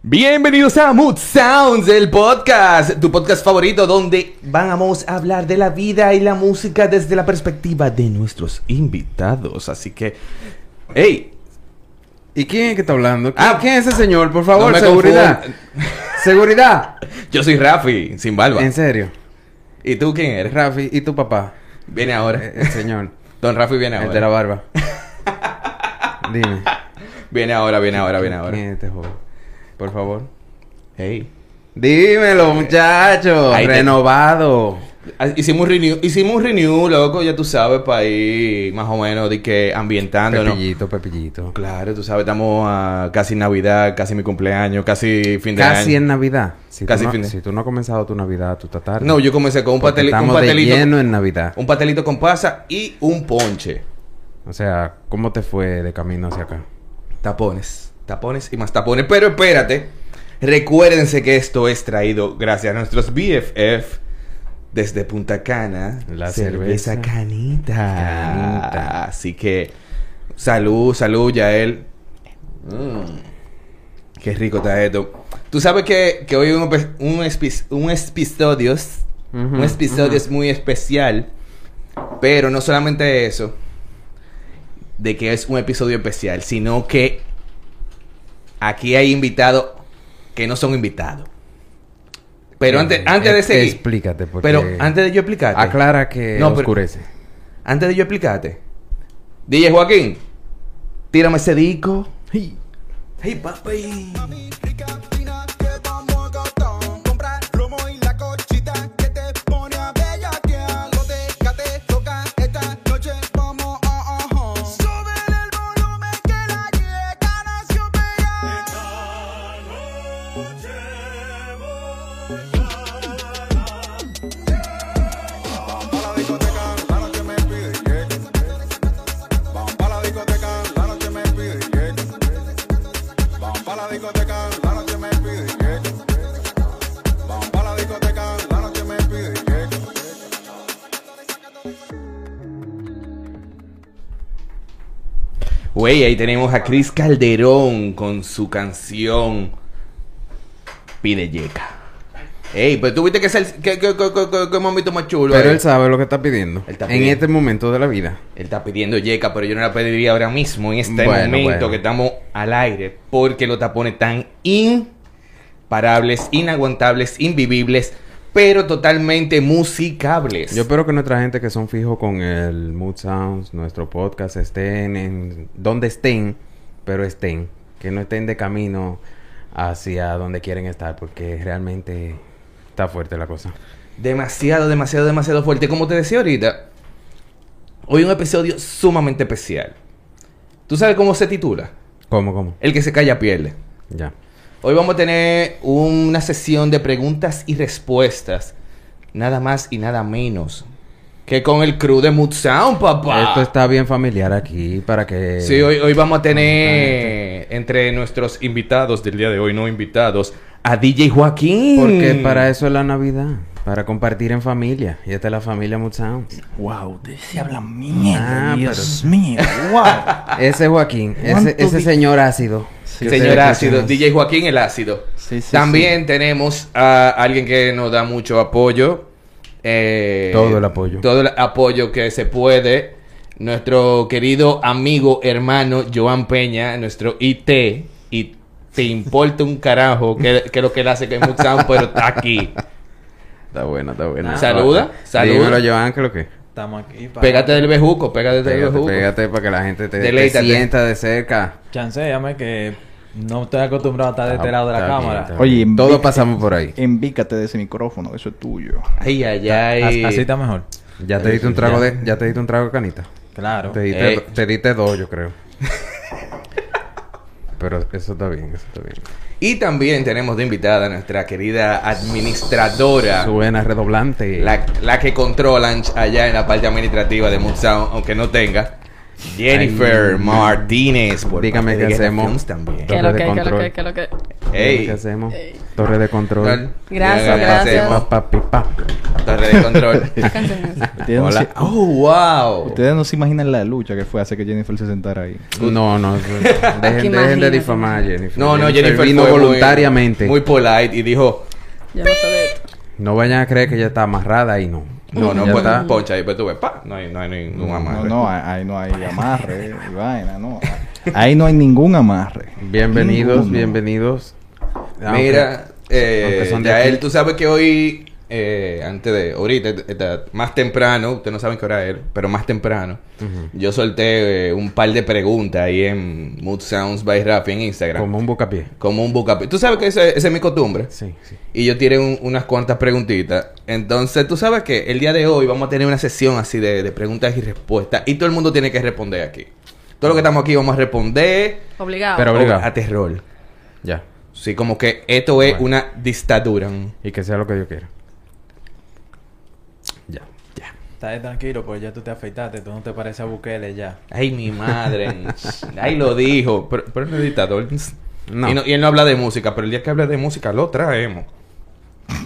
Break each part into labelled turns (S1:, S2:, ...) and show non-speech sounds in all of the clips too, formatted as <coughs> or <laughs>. S1: Bienvenidos a Mood Sounds, el podcast, tu podcast favorito donde vamos a hablar de la vida y la música desde la perspectiva de nuestros invitados. Así que, hey,
S2: ¿Y quién es que está hablando? ¿Quién,
S1: Ah,
S2: quién es ese señor? Por favor,
S1: no me
S2: seguridad. seguridad.
S1: yo soy Rafi, sin barba.
S2: En serio.
S1: ¿Y tú quién eres?
S2: Rafi, ¿y tu papá?
S1: Viene ahora.
S2: Eh, este
S1: <laughs>
S2: El señor.
S1: Don Rafi viene
S2: el de la
S1: ahora. <laughs>
S2: barba. Dime.
S1: Viene ahora, viene ahora, viene
S2: ¿Quién
S1: ahora.
S2: es este joven? Por favor.
S1: Hey.
S2: Dímelo, muchacho.
S1: Eh, Ahí te-
S2: Renovado.
S1: Ah, Hicimos un renew, hicimos un renew, loco, ya tú sabes, para ir más o menos de que ambientándonos.
S2: Pepillito, Pepillito.
S1: Claro, tú sabes, estamos a casi Navidad, casi mi cumpleaños, casi fin de año.
S2: Casi en Navidad. Si
S1: Casi
S2: tú no,
S1: fin de-
S2: Si tú no has comenzado tu Navidad, tú estás tarde.
S1: No, yo comencé con un,
S2: Porque
S1: pateli- un
S2: Estamos de
S1: pastelito.
S2: lleno en Navidad.
S1: Un pastelito con pasa y un ponche.
S2: O sea, ¿cómo te fue de camino hacia acá?
S1: Tapones. Tapones y más tapones. Pero espérate. Recuérdense que esto es traído gracias a nuestros BFF desde Punta Cana.
S2: La cerveza
S1: canita.
S2: Canita.
S1: Así que salud, salud, Yael. Mm, Qué rico está esto. Tú sabes que, que hoy un, epi- un, espis- un episodios
S2: Ujú,
S1: un episodio es muy especial, pero no solamente eso, de que es un episodio especial, sino que aquí hay invitados que no son invitados. Pero antes,
S2: Eh,
S1: antes de
S2: eh,
S1: seguir,
S2: Explícate, porque... Ah,
S1: pero antes de yo explicarte,
S2: Aclara que
S1: No, pero-
S2: oscurece.
S1: antes de yo explicarte, DJ Joaquín, tírame ese disco. Hey, papi.
S3: Mami, rica, fina, que vamos a gastar. Comprar romo y la cochita que te pone a bellaquear. Lo déjate toca, esta noche oh, vamos a ajá. Súbele el volumen que la llega nació pegada. Vamos pa' la discoteca, la noche me pide yeah. Vamos pa' la discoteca, la noche me pide yeah. Vamos pa' la discoteca, la noche me pide yeah. Vamos pa' la discoteca, la noche me pide yeah.
S1: Güey, ahí tenemos a Cris Calderón con su canción Pide Yeca. Ey, pero tú viste que es el que, que, que, que- que- que momento más chulo.
S2: Pero
S1: eh?
S2: él sabe lo que está pidiendo.
S1: Él está
S2: en
S1: pidiendo.
S2: este momento de la vida.
S1: Él está pidiendo Yeca, pero yo no la pediría ahora mismo, en este
S2: Bueno,
S1: momento
S2: bueno.
S1: que estamos al aire, porque los tapones están imparables, inaguantables, invivibles, pero totalmente musicables.
S2: Yo espero que nuestra gente que son fijos con el Mood Sounds, nuestro podcast, estén en donde estén, pero estén. Que no estén de camino hacia donde quieren estar, porque realmente está fuerte la cosa.
S1: Demasiado, demasiado, demasiado fuerte. Como te decía ahorita, hoy un episodio sumamente especial. ¿Tú sabes cómo se titula?
S2: ¿Cómo, cómo?
S1: El que se calla pierde.
S2: Ya.
S1: Hoy vamos a tener una sesión de preguntas y respuestas. Nada más y nada menos que con el crew de Mood Sound, papá.
S2: Esto está bien familiar aquí para que...
S1: Sí, hoy, hoy vamos a tener
S2: este.
S1: entre nuestros invitados del día de hoy, no invitados, a DJ Joaquín.
S2: Porque para eso es la Navidad, para compartir en familia. Y esta es la familia Mood Sounds.
S4: Wow, de se habla mierda,
S2: Ah,
S4: Dios mío, wow.
S2: Ese Joaquín, ese,
S4: ¿Cuánto
S2: ese
S4: di-
S2: señor ácido.
S4: <laughs> Sí,
S1: Señor
S2: te-
S1: Ácido,
S2: te-
S1: DJ Joaquín el Ácido.
S4: Sí, sí,
S1: También tenemos a alguien que nos da mucho apoyo. eh,
S2: Todo el apoyo.
S1: Todo el apoyo que se puede. Nuestro querido amigo, hermano Joan Peña, nuestro IT. Y te importa un carajo que, que lo que él hace que es muy sound, pero está aquí.
S2: Está bueno, está bueno.
S1: Ah. Saluda, saluda.
S2: Dímelo, Joan, que lo que.
S4: Estamos aquí para...
S1: Pégate del bejuco, pégate del
S2: Pégate,
S1: bejuco.
S2: pégate para que la gente te, te
S1: Deleítate.
S2: sienta de cerca.
S4: Chanceame que no estoy acostumbrado a estar de este lado de la
S2: Está bien,
S4: cámara.
S2: está
S4: Oye,
S2: bien.
S5: Oye,
S2: todos
S5: invicto.
S2: pasamos por ahí.
S5: Envícate de ese micrófono, eso es
S2: <laughs>
S5: tuyo.
S1: Ay, ay, ay.
S4: as- así está mejor.
S2: Ya te diste un trago de, ya te diste un trago de canita.
S4: Claro.
S2: Te diste,
S1: Ey.
S2: do- te diste dos,
S1: <laughs>
S2: yo creo. Pero eso está bien, eso está bien.
S1: Y también tenemos de invitada a nuestra querida administradora.
S2: Suena redoblante.
S1: La, la que controlan allá en la parte administrativa de Mood Sound, aunque no tenga. Jennifer
S2: Ay.
S1: Martínez.
S2: Dígame
S1: parte
S2: qué
S1: de Guerra
S2: hacemos.
S1: Films También.
S2: ¿Qué?
S6: Que lo
S2: Torre
S6: que,
S2: de
S6: que lo
S2: control.
S6: que, que lo que.
S2: Ey.
S1: Ey.
S2: ¿Qué hacemos? Torre de control.
S6: Gracias,
S1: Dígame qué
S6: gracias.
S1: hacemos.
S2: Pa, pa, pi, pa.
S1: torre de
S2: <laughs>
S1: control.
S5: Ustedes no,
S1: Hola.
S5: se,
S1: Oh, wow.
S5: ustedes no se imaginan la lucha que fue hacer que Jennifer se sentara ahí.
S2: No, no.
S1: <laughs>
S2: Dejen, dejen de
S6: Imagínate.
S2: difamar a Jennifer.
S1: No, no, Jennifer
S2: vino
S1: fue muy-
S2: voluntariamente.
S1: Muy, polite y dijo,
S6: Yo no sabía esto.
S2: No vayan a creer que ella está amarrada y no.
S1: no, no,
S2: Ella
S1: pues,
S2: está-
S1: poncha y pues tú ves, pa, no hay, no hay ningún
S5: No,
S1: amarre.
S5: no, ahí
S2: <laughs>
S5: no hay amarre y vaina, no. Ahí no hay ningún amarre.
S2: Bienvenidos,
S5: Ninguno.
S2: bienvenidos. Aunque-
S1: Mira, eh,
S2: aunque son de
S1: Yael,
S2: aquí.
S1: tú sabes que hoy, eh, antes de, ahorita, et- et- más temprano, ustedes no saben qué hora es, pero más temprano, yo solté eh, un par de preguntas ahí en Mood Sounds by Rap en Instagram.
S2: Como un bocapié.
S1: Como un bucapi. Tú sabes que esa esa es mi costumbre.
S2: Sí, sí.
S1: Y yo tiré un- unas cuantas preguntitas. Entonces, tú sabes que el día de hoy vamos a tener una sesión así de, de preguntas y respuestas. Y todo el mundo tiene que responder aquí. Todo lo que estamos aquí vamos a responder
S6: Obligado.
S2: Pero- Obligado.
S1: a terror.
S2: Ya.
S1: Sí, como que esto es
S2: Bueno.
S1: una dictadura.
S2: Y que sea lo que Dios quiera. Ya.
S4: Está bien tranquilo, pues ya tú te afeitaste, tú no te pareces a Bukele ya.
S1: Ay, mi madre. Ay, lo dijo. Pero, pero no es dictador.
S2: No.
S1: Y, no- y él no habla de música, pero el día que habla de música lo traemos.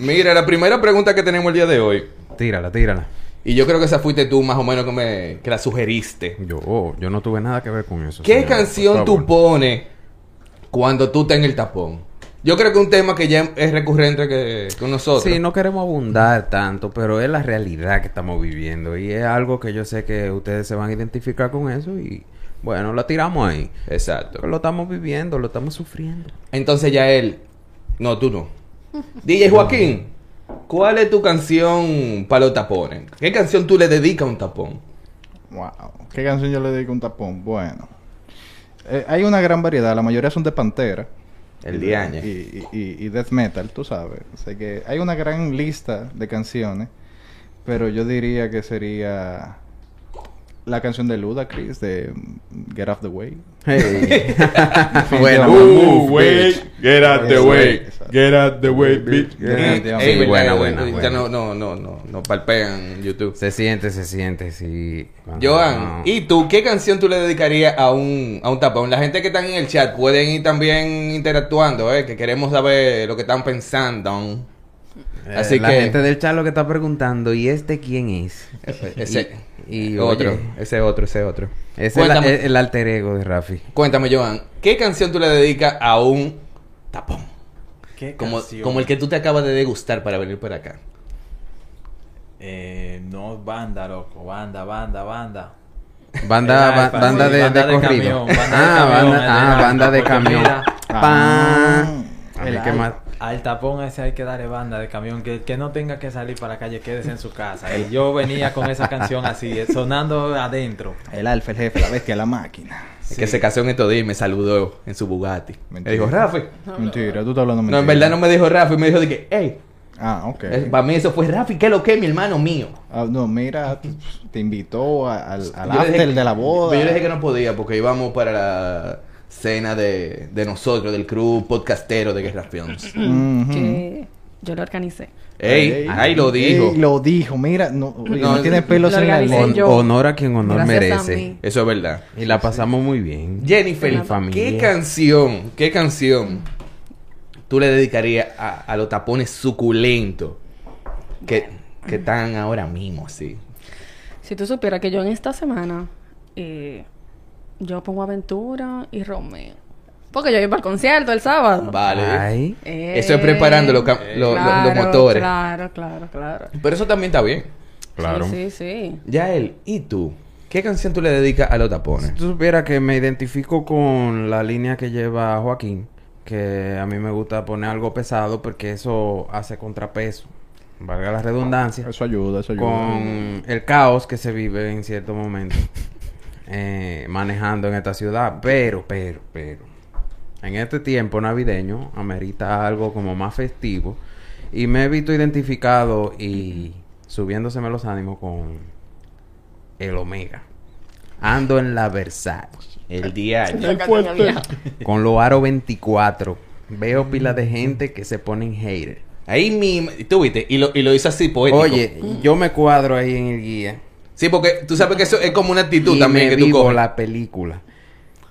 S1: Mira, la primera pregunta que tenemos el día de hoy.
S2: Tírala, tírala.
S1: Y yo creo que esa fuiste tú más o menos que, me, que la sugeriste.
S2: Yo, oh, yo no tuve nada que ver con eso.
S1: ¿Qué
S2: señora, por
S1: canción tú
S2: favor.
S1: pones cuando tú estás en el tapón? Yo creo que un tema que ya es recurrente que, con nosotros.
S2: Sí, no queremos abundar tanto, pero es la realidad que estamos viviendo y es algo que yo sé que ustedes se van a identificar con eso y bueno, la tiramos ahí.
S1: Exacto.
S2: Lo estamos viviendo, lo estamos sufriendo.
S1: <laughs> Entonces ya él... No, tú no. DJ Joaquín, ¿cuál es tu canción para los tapones? ¿Qué canción tú le dedicas a un
S2: <laughs>
S1: tapón?
S5: Wow. ¿Qué canción yo le dedico a un tapón? Bueno. Eh, hay una gran variedad, la mayoría son de Pantera.
S1: El
S5: Y-
S1: Diañe.
S5: Y, y- y- y death metal, tú sabes. Así que hay una gran lista de canciones, pero yo diría que sería la canción de Luda, Chris, de mm, Get Off the Way.
S2: bueno,
S1: uh,
S5: Move,
S1: Get
S5: out the way. Get
S1: out the way,
S2: bitch.
S5: Sí,
S1: buena, buena.
S2: buena, buena,
S1: Ya
S2: buena.
S1: no, no, no, no, no palpean YouTube.
S2: se siente, se siente, sí. Cuando-
S1: Joan,
S2: no.
S1: ¿y tú qué canción tú le dedicarías a un, a un tapón? La gente que está en el chat pueden ir también interactuando, ¿eh? que queremos saber lo que están pensando.
S2: Eh,
S1: así
S2: la
S1: que-
S2: gente del chat lo que está preguntando, ¿y este quién es?
S1: Ese
S2: Y, y,
S1: otro,
S2: oye,
S1: ese otro, ese otro.
S2: ese es la-
S1: cuéntame,
S2: es el alter ego de Rafi.
S1: cuéntame, Joan, ¿qué canción tú le dedicas a un tapón?
S4: ¿Qué
S1: Como,
S4: canción?
S1: como el que tú te acabas de degustar para venir para acá.
S4: Eh, no, banda, loco. Banda, banda, banda.
S2: Banda,
S4: Era
S2: ba-
S4: alfa,
S2: banda,
S4: sí,
S2: de,
S4: banda
S2: de
S4: de
S2: corrido.
S4: camión, banda de
S2: ah, banda,
S4: camión, es de
S2: ah,
S4: alfa,
S2: banda de
S4: porque
S2: camión.
S4: mira,
S2: Pa.
S5: ah,
S2: El
S4: Al-
S2: que más.
S4: Al tapón ese hay que darle banda de camión. Que, que no tenga que salir para la calle, quédese en su casa. Y yo venía con esa canción así, eh, sonando adentro.
S5: El alfa, el jefe, la bestia, la máquina.
S1: Es Que se casó en estos días y me saludó en su Bugatti. Me
S5: Mentira.
S1: dijo, Rafi.
S5: Mentira, tú estás
S1: No,
S5: hablando mentira.
S1: en verdad no me dijo Rafi, me dijo de que, hey,
S5: Ah, ok.
S1: para mí eso fue Rafi, ¿qué es lo que, mi hermano mío?
S5: Ah, no, mira, t- te invitó a- al, al
S1: Yo le dije
S5: after
S1: que-
S5: de la boda.
S1: pero Yo le dije que no podía porque íbamos para la cena de, de nosotros, del crew podcastero de Guerra Films.
S5: Ujú.
S6: Que yo lo organicé.
S1: ¡Ey! ¡Ahí lo dijo!
S5: Ey, lo dijo, mira, no, oye,
S1: No,
S5: no tiene pelos
S6: lo
S5: en la
S6: organicé
S5: lengua.
S2: Hon-
S6: yo.
S2: honor a quien honor
S6: Gracias a
S2: merece.
S6: mí.
S1: Eso es verdad.
S2: Y la pasamos muy bien.
S1: Jennifer,
S2: Y
S1: ¿qué
S2: familia.
S1: canción, qué canción tú le dedicarías a, a los tapones suculentos que, que están ahora mismo así?
S6: Si tú supieras que yo en esta semana, eh, yo pongo Aventura y Romeo. Porque yo iba al concierto el sábado.
S1: Vale.
S2: Ay.
S6: Eh,
S1: Eso es preparando los cam- los- los- los
S6: claro,
S1: motores.
S6: Claro, claro, claro.
S1: Pero eso también está bien.
S2: Claro.
S6: Sí, sí, sí.
S1: Yael, ¿y tú? ¿Qué canción tú le dedicas a los tapones?
S2: Si tú supieras que me identifico con la línea que lleva Joaquín, que a mí me gusta poner algo pesado porque eso hace contrapeso, valga la redundancia,
S5: Eso ayuda, eso ayuda.
S2: con el caos que se vive en cierto momento eh, manejando en esta ciudad. Pero, pero, pero, en este tiempo navideño amerita algo como más festivo y me he visto identificado y subiéndoseme los ánimos con el Omega. Ando en la Versace.
S1: El diario.
S2: Con lo aro 24. Veo pila de gente que se ponen hater.
S1: Ahí mismo, tú viste, y lo, y lo hizo así poético.
S2: Oye, yo me cuadro ahí en el guía.
S1: Sí, porque tú sabes que eso es como una actitud
S2: y
S1: también
S2: me
S1: que tú
S2: vivo
S1: coges.
S2: la película.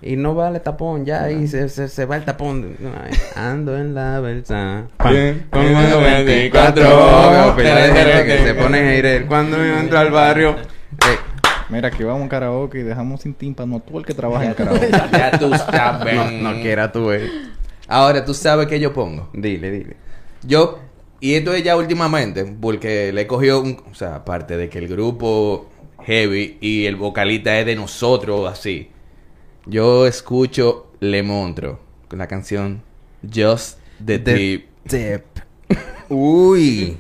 S2: Y no vale tapón, ya ahí se, se, se va el tapón. Ay, Ando en la Versace.
S1: Bien.
S2: Con el aro
S1: Pero,
S2: 24. Veo pila de gente que se te pones a
S1: <laughs>
S2: ir él. Cuando yo entro al barrio. eh,
S5: Mira, aquí vamos a un karaoke y dejamos sin tímpano a todo el que trabaja en
S1: <laughs>
S5: karaoke.
S1: Ya tú sabes.
S2: <laughs> no, no quiera tú, eh.
S1: Ahora, ¿tú sabes qué yo pongo?
S2: Dile, dile.
S1: Yo, y esto es ya últimamente, porque le he cogido un. O sea, aparte de que el grupo heavy y el vocalista es de nosotros, así. Yo escucho Le Montro con la canción Just the,
S2: The-
S1: Tip.
S2: Tip. Uy.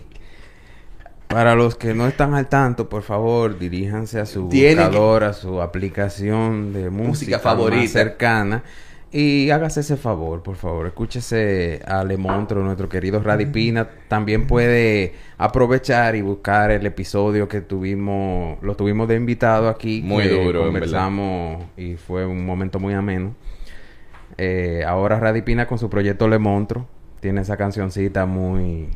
S2: Para los que no están al tanto, por favor, diríjanse a su
S1: Tienen que-
S2: buscador, a su aplicación de música, más
S1: favorita.
S2: cercana. Y hágase ese favor, por favor. Escúchese a Le Montro, nuestro querido Radipina. También puede aprovechar y buscar el episodio que tuvimos, lo tuvimos de invitado aquí.
S1: Muy
S2: que
S1: duro, en verdad.
S2: Conversamos y fue un momento muy ameno. Eh, ahora Radipina con su proyecto Le Montro. Tiene esa cancioncita muy...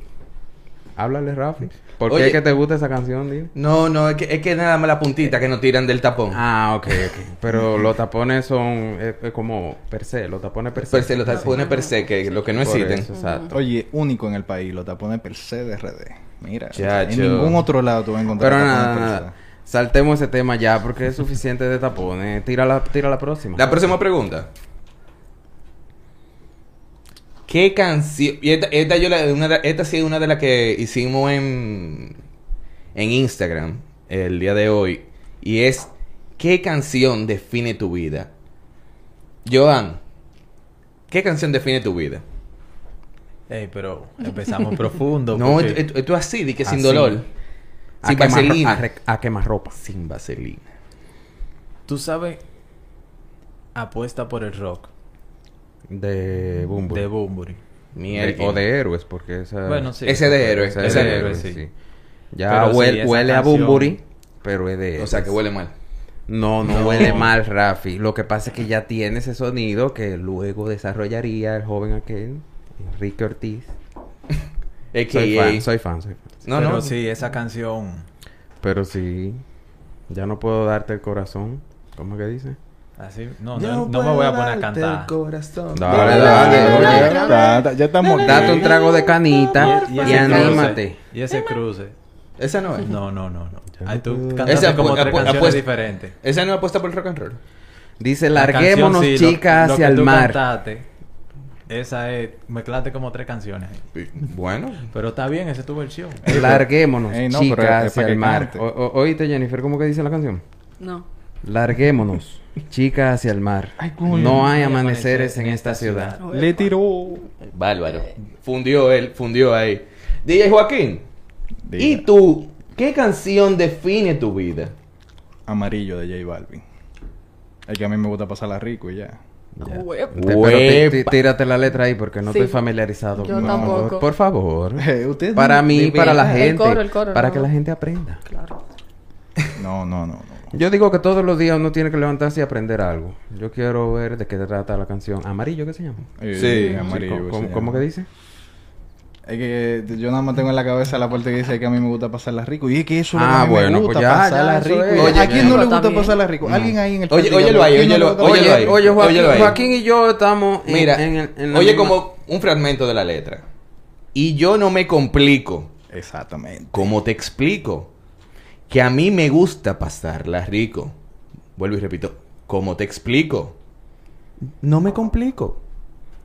S2: Háblale, Rafi. ¿Por qué
S1: Oye.
S2: es que te gusta esa canción, Dino?
S1: No, no, es que, es que nada más la puntita que nos tiran del tapón.
S2: Ah, ok, ok. Pero los tapones son eh, eh, como per se, los tapones per se.
S1: per se, los tapones per se, que lo que no
S2: Por
S1: existen.
S2: eso, exacto.
S5: Oye, único en el país, los tapones per se de RD. Mira,
S1: Chacho.
S5: en ningún otro lado tú vas a encontrar
S2: Pero
S5: tapones
S2: nada,
S5: per
S2: nada. Saltemos ese tema ya porque es suficiente de tapones. Tira la, tira la próxima.
S1: La próxima pregunta. ¿Qué canción? Y esta, esta yo la- una de- esta sí es una de las que hicimos en, en Instagram el día de hoy. Y es, ¿qué canción define tu vida? Joan, ¿qué canción define tu vida?
S4: Ey,
S2: <laughs>
S4: pero empezamos profundo.
S1: No,
S4: porque-
S1: esto esto es así, di que sin
S2: Así.
S1: dolor.
S2: Ah, a
S1: Sin
S2: quemar-
S1: vaselina.
S2: a re- A quemar ropa.
S1: Sin vaselina.
S4: Tú sabes, apuesta por el rock
S2: De Bumbo.
S4: de Ah, Bumburi.
S1: Mierda.
S2: o de héroes, porque esa.
S4: Bueno, sí.
S1: Ese de héroes.
S2: esa
S1: ese
S2: es
S1: de
S2: de
S4: héroes,
S2: héroes,
S4: sí.
S2: sí. Ya
S4: Pero sí,
S2: huel-
S4: esa
S2: huele a
S4: canción-
S2: Bumburi, pero es de
S1: O
S2: héroes.
S1: sea, que huele mal.
S2: No, no,
S4: No.
S2: huele mal, Rafi. Lo que pasa es que ya tiene ese sonido que luego desarrollaría el joven aquel, Enrique Ortiz. Soy
S1: AKA.
S2: fan, soy fan, soy fan.
S1: No,
S4: pero
S1: no.
S4: sí, esa canción.
S2: Pero sí, ya no puedo darte el corazón. ¿Cómo que dice?
S4: Así, no, no, no me voy a poner a cantar.
S2: Dale,
S5: se.
S2: dale,
S5: Ya
S2: oye.
S5: está, ya- ya estamos aquí.
S2: Date un trago de canita y,
S4: e- ese
S2: anímate.
S4: cruce, Y ese cruce.
S1: Esa no es.
S4: No, no, no, no.
S2: Ya
S4: Ay,
S2: no
S4: tú
S2: puedo.
S4: cantaste
S1: Esa
S4: como
S1: apu-
S4: tres
S1: apu-
S4: canciones
S1: apuesta-
S4: diferentes.
S1: Esa no es apuesta por el rock and roll.
S2: Dice,
S4: La canción,
S2: larguémonos,
S4: sí, lo-
S2: chicas,
S4: lo
S2: hacia
S4: que
S2: el
S4: tú
S2: mar.
S4: cantaste, esa es, mezclaste como tres canciones. ahí.
S1: Bueno.
S4: Pero está bien, esa es tu versión.
S2: Larguémonos,
S5: Ey, no, pero es-
S2: chicas,
S5: es
S2: hacia
S5: para que
S2: el mar.
S5: cante.
S2: O- o- oíste, Jennifer, ¿cómo que dice la canción?
S6: No. <laughs>
S2: Larguémonos, chicas, hacia el mar.
S5: Ay, coño.
S2: No hay amaneceres en esta ciudad.
S5: Le tiró.
S1: Bárbaro. Fundió él, fundió ahí. DJ Joaquín, ¿y
S5: Diga,
S1: tú qué canción define tu vida?
S5: Amarillo de J Balvin. Es que a mí me gusta pasarla rico y ya.
S6: Huevo.
S2: Te- pero ti- ti-
S1: Uepa.
S2: tírate la letra ahí porque no
S6: Sí.
S2: estoy familiarizado.
S6: Yo
S2: No,
S6: tampoco.
S2: Por favor.
S5: Eh, ustedes
S2: Para
S5: no-
S1: de
S2: mí, para la
S1: verdad.
S6: El
S2: gente.
S6: coro, el coro,
S2: para
S6: no.
S2: que la gente aprenda.
S6: Claro.
S5: No, no, no. no.
S2: Yo digo que todos los días uno tiene que levantarse y aprender algo. Yo quiero ver de qué trata la canción. Amarillo, ¿qué se llama?
S5: Eh,
S1: Sí,
S5: amarillo.
S2: ¿Cómo,
S5: se
S2: cómo-
S5: llama.
S2: cómo que dice?
S5: Es que yo nada más tengo en la cabeza la parte que dice que a mí me gusta pasarla rico. Y es que eso es lo
S2: Ah,
S5: que a mí
S2: bueno,
S5: me gusta,
S2: pues ya,
S5: pasarla
S2: ya, eso
S5: rico.
S2: es.
S5: Oye, ¿A
S2: Oye,
S5: quién no le
S6: pero
S5: gusta
S6: también-
S5: pasarla rico? Alguien ahí en el
S1: Oye,
S5: chat diga,
S1: óyelo ahí,
S5: ¿a quién no le
S1: óyelo,
S5: gusta
S1: óyelo
S5: pasarla
S1: ahí.
S5: rico?
S2: oye, Joaquín,
S1: Óyelo ahí.
S2: Joaquín y yo estamos en-
S1: Mira,
S2: en el- en la
S1: oye
S2: misma-
S1: como un fragmento de la letra. Y yo no me complico,
S5: Exactamente.
S1: como te explico, que a mí me gusta pasarla rico. Vuelvo y repito, como te explico, no me complico.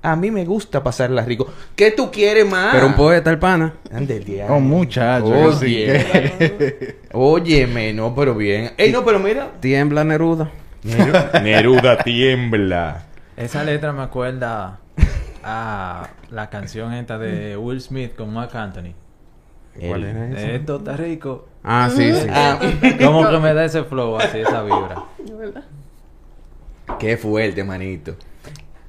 S1: A mí me gusta pasarla rico. ¿Qué tú quieres más?
S2: Pero un poeta, el pana.
S1: Ande, diablo.
S5: Oh, muchacho.
S1: Oye.
S5: así que-
S1: <laughs> Óyeme, no, pero bien. Ey, no, pero mira.
S2: Tiembla Neruda.
S1: <laughs> Neruda tiembla.
S4: Esa letra me acuerda a la canción esta de Will Smith con Mark Anthony.
S2: ¿Cuál era esa?
S4: Esto está rico.
S2: Ah, sí, sí.
S4: Como que me da ese flow, así esa vibra.
S6: De verdad.
S1: <laughs> Qué fuerte, manito.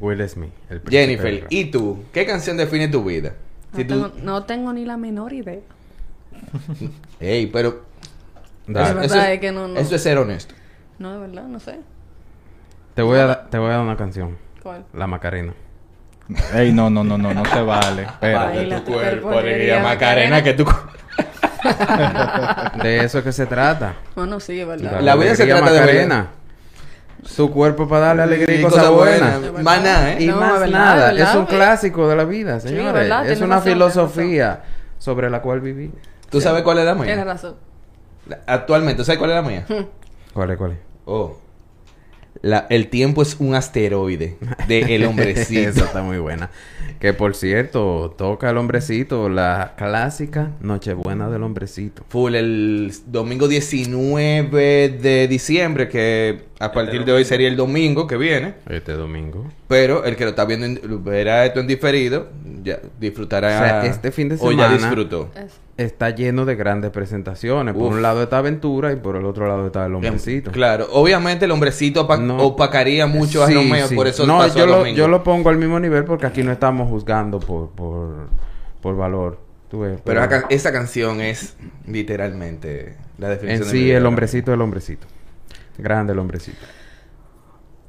S2: Will Smith. el príncipe del
S1: Jennifer,
S2: rap.
S1: ¿y tú? ¿Qué canción define tu vida?
S6: No,
S1: Si tú...
S6: tengo, no tengo ni la menor idea.
S1: Ey, pero...
S2: Dale.
S6: Es verdad, es que no- no.
S1: eso es ser honesto.
S6: No, de verdad, no sé.
S2: Te voy, a, da- te voy a dar una canción.
S6: ¿Cuál?
S2: La Macarena.
S5: Ey, no, no, no, no, no se vale. Espérate.
S1: Ah,
S6: Baila. Bailate, perpolería, Macarena.
S1: que tú...
S2: De eso es que se trata.
S6: No, no, sí, de verdad.
S1: La vida se
S2: alegría
S1: trata de
S2: Macarena. Su cuerpo para darle alegría y
S1: Y
S2: cosas
S1: cosa
S2: buenas.
S1: buena. Maná, ¿eh?
S2: Y
S6: No,
S2: más
S6: es verdad,
S2: nada.
S6: es verdad,
S2: es un
S6: güey.
S2: clásico de la vida,
S6: Sí,
S2: señores.
S6: es verdad,
S2: es
S6: tiene
S2: una
S6: razón, tiene
S2: filosofía sobre la cual vivir.
S1: ¿Tú sabes cuál es la
S6: Tienes
S1: mía?
S6: razón.
S1: La- Actualmente, ¿tú ¿sabes cuál es la mía?
S6: <laughs>
S2: ¿Cuál es, cuál es? <laughs>
S1: Oh. La- el tiempo es un asteroide de El
S2: Esa <laughs>
S1: Hombrecito.
S2: está muy buena. Que por cierto, toca el hombrecito, la clásica Nochebuena del hombrecito.
S1: Full el domingo 19 de diciembre, que a partir de hoy sería el domingo que viene.
S2: Este domingo.
S1: Pero el que lo está viendo, en- lo verá esto en diferido, ya disfrutará.
S2: O sea, este fin de
S1: O ya
S2: semana-
S1: disfrutó.
S6: Es-
S2: Está lleno de grandes presentaciones. Por
S1: Uf. Em,
S2: un lado está Aventura y por el otro lado está el hombrecito.
S1: Claro, obviamente el hombrecito apa-
S2: No.
S1: opacaría mucho
S2: Sí,
S1: a Romeo,
S2: sí.
S1: por eso
S2: no,
S1: pasó
S2: yo
S1: a
S2: lo,
S1: domingo.
S2: yo lo pongo al mismo nivel porque aquí no estamos juzgando por, por, por valor. Tú ves,
S1: Pero acá- esa canción es literalmente la
S2: en
S1: definición de mi
S2: sí,
S1: vida.
S2: el hombrecito, el hombrecito. Grande el hombrecito.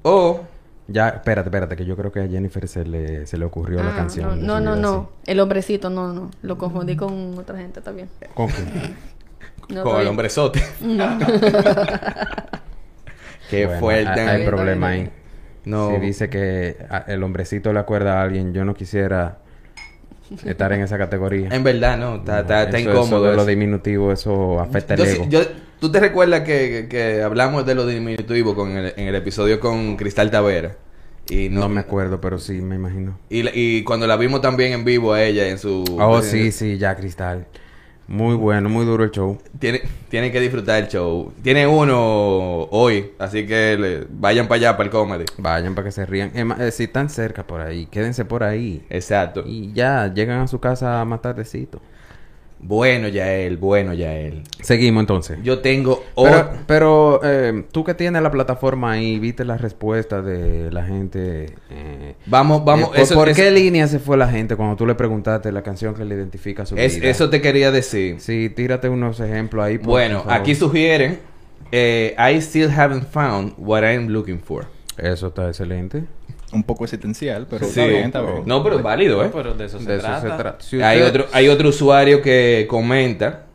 S1: O
S2: Ya, espérate, espérate, que yo creo que a Jennifer se le, se le ocurrió la
S6: Ah,
S2: canción.
S6: No,
S2: se
S6: no, no,
S2: le dio
S6: no. El hombrecito, no, no. Lo confundí con otra gente también.
S2: así. ¿Con qué?
S6: No,
S1: con
S6: soy-
S1: el hombrezote. <laughs> Qué
S2: Bueno,
S1: fuerte.
S2: hay- Hay
S6: Está
S2: problema
S6: bien.
S2: ahí.
S1: No.
S2: Si dice que ah, el hombrecito le acuerda a alguien, yo no quisiera estar en esa categoría.
S1: En verdad, no. Está, está, está
S2: Eso- eso
S1: incómodo.
S2: de lo
S1: eso.
S2: diminutivo, eso afecta el
S1: Yo sí-
S2: ego.
S1: yo- ¿Tú te recuerdas que, que- que hablamos de lo diminutivo con el- en el episodio con Cristal Tavera? Y
S2: No me acuerdo, pero sí, me imagino.
S1: Y, la- y cuando la vimos también en vivo a ella en su... eh,
S2: Oh, sí, sí, ya, Cristal. Muy bueno, muy duro el show.
S1: Tiene, tiene que disfrutar el show. Tiene uno hoy, así que le- vayan para allá, para el comedy.
S2: Vayan para que se rían. Es más, eh, si están cerca por ahí, quédense por ahí.
S1: Exacto.
S2: Y ya, llegan a su casa más tardecito.
S1: Bueno, Yael, bueno, Yael.
S2: Seguimos entonces.
S1: Yo Oh. tengo... o-
S2: Pero, pero, eh, tú que tienes la plataforma ahí, viste las respuestas de la gente. eh,
S1: Vamos, vamos.
S2: eh, ¿por,
S1: eso,
S2: por
S1: eso-
S2: qué línea se fue la gente cuando tú le preguntaste la canción que le identifica a su
S1: es-
S2: vida?
S1: eso te quería decir.
S2: Sí, tírate unos ejemplos ahí. por
S1: bueno,
S2: favor.
S1: aquí sugieren... eh, I still haven't found what I'm looking for.
S2: Eso está excelente.
S5: Un poco existencial, pero
S1: Sí.
S5: está bien, está bien.
S1: No, pero es válido, ¿eh?
S4: Pero de eso se
S2: De eso
S4: trata.
S2: se trata. Si
S1: Hay,
S2: usted-
S1: otro, hay otro usuario que comenta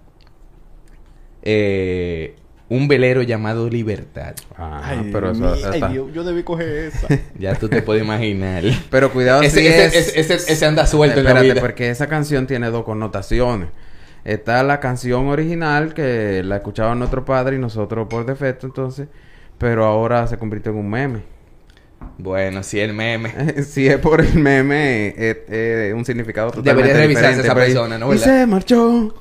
S1: eh, un velero llamado Libertad.
S2: Ah,
S5: Ay,
S2: pero eso-
S5: mi-
S2: eso
S5: ay,
S2: está-
S5: Dios, yo debí coger esa.
S1: Ya tú te puedes
S2: <laughs>
S1: imaginar.
S2: Pero cuidado
S1: ese,
S2: si
S1: ese-
S2: es...
S1: ese- ese- ese anda suelto en
S2: Espérate,
S1: la vida.
S2: porque esa canción tiene dos connotaciones. Está la canción original que la escuchaba nuestro padre y nosotros por defecto, entonces, pero ahora se convirtió en un meme.
S1: Bueno, sí, el meme.
S2: <laughs> si es por el meme, es, es un significado totalmente
S1: Debería revisarse
S2: diferente,
S1: esa
S2: pero-
S1: persona, ¿no?
S2: Y
S1: ¿Verdad?
S2: se marchó.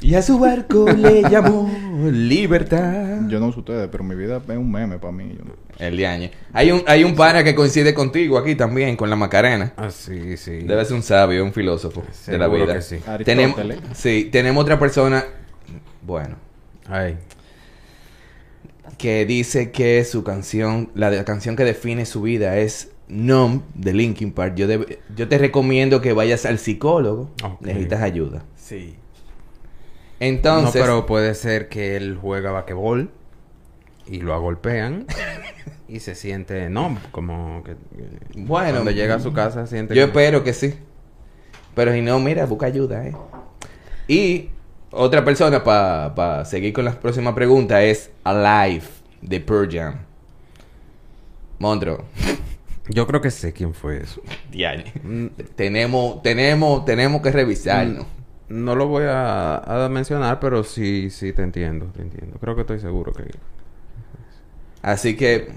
S1: Y a su <laughs> barco le llamó Libertad.
S5: Yo no sé ustedes, pero mi vida es un meme para mí. Yo no-
S1: El de año. Hay un, hay un pana que coincide contigo aquí también, con la Macarena.
S2: Ah, sí, sí.
S1: Debe ser un sabio, un filósofo de la
S2: Seguro
S1: vida.
S2: que sí.
S1: Tenemos,
S5: Aristóteles.
S1: sí, tenemos otra persona. Bueno.
S2: Ay.
S1: que dice que su canción, la, de- la canción que define su vida es Numb de Linkin Park. Yo, deb- yo te recomiendo que vayas al psicólogo.
S2: Ok.
S1: Necesitas ayuda.
S4: Sí.
S1: Entonces,
S2: no, pero puede ser que él juega vaquebol y
S1: <laughs>
S2: lo agolpean y se siente, no, como que...
S1: bueno,
S2: cuando llega a su casa siente...
S1: yo
S2: como-
S1: espero que sí. Pero si no, mira, busca ayuda, ¿eh? Y otra persona para seguir con las próximas preguntas es Alive de Pearl Jam. Mondro.
S2: Yo creo que sé quién fue eso.
S1: Diane. Tenemos, tenemos, tenemos que revisarnos.
S2: Mm, No lo voy a, a mencionar, pero sí, sí, te entiendo, te entiendo. Creo que estoy seguro que...
S1: Así que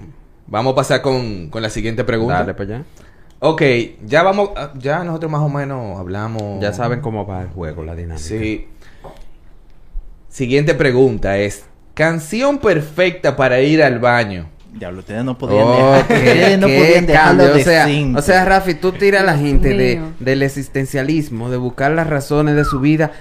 S1: vamos a pasar con, con la siguiente pregunta.
S2: Dale pues. para allá.
S1: Ok, ya vamos, ah, ya nosotros más o menos hablamos.
S2: Ya saben cómo va el juego, la dinámica.
S4: <laughs>
S1: Sí. Siguiente pregunta es, canción perfecta para ir al baño.
S5: Diablo, ustedes no <laughs>
S2: Oh, qué, qué cambio. O sea, o sea, Rafi, tú tiras a la gente
S6: Dios
S2: de,
S6: mío.
S2: del existencialismo, de buscar las razones de su vida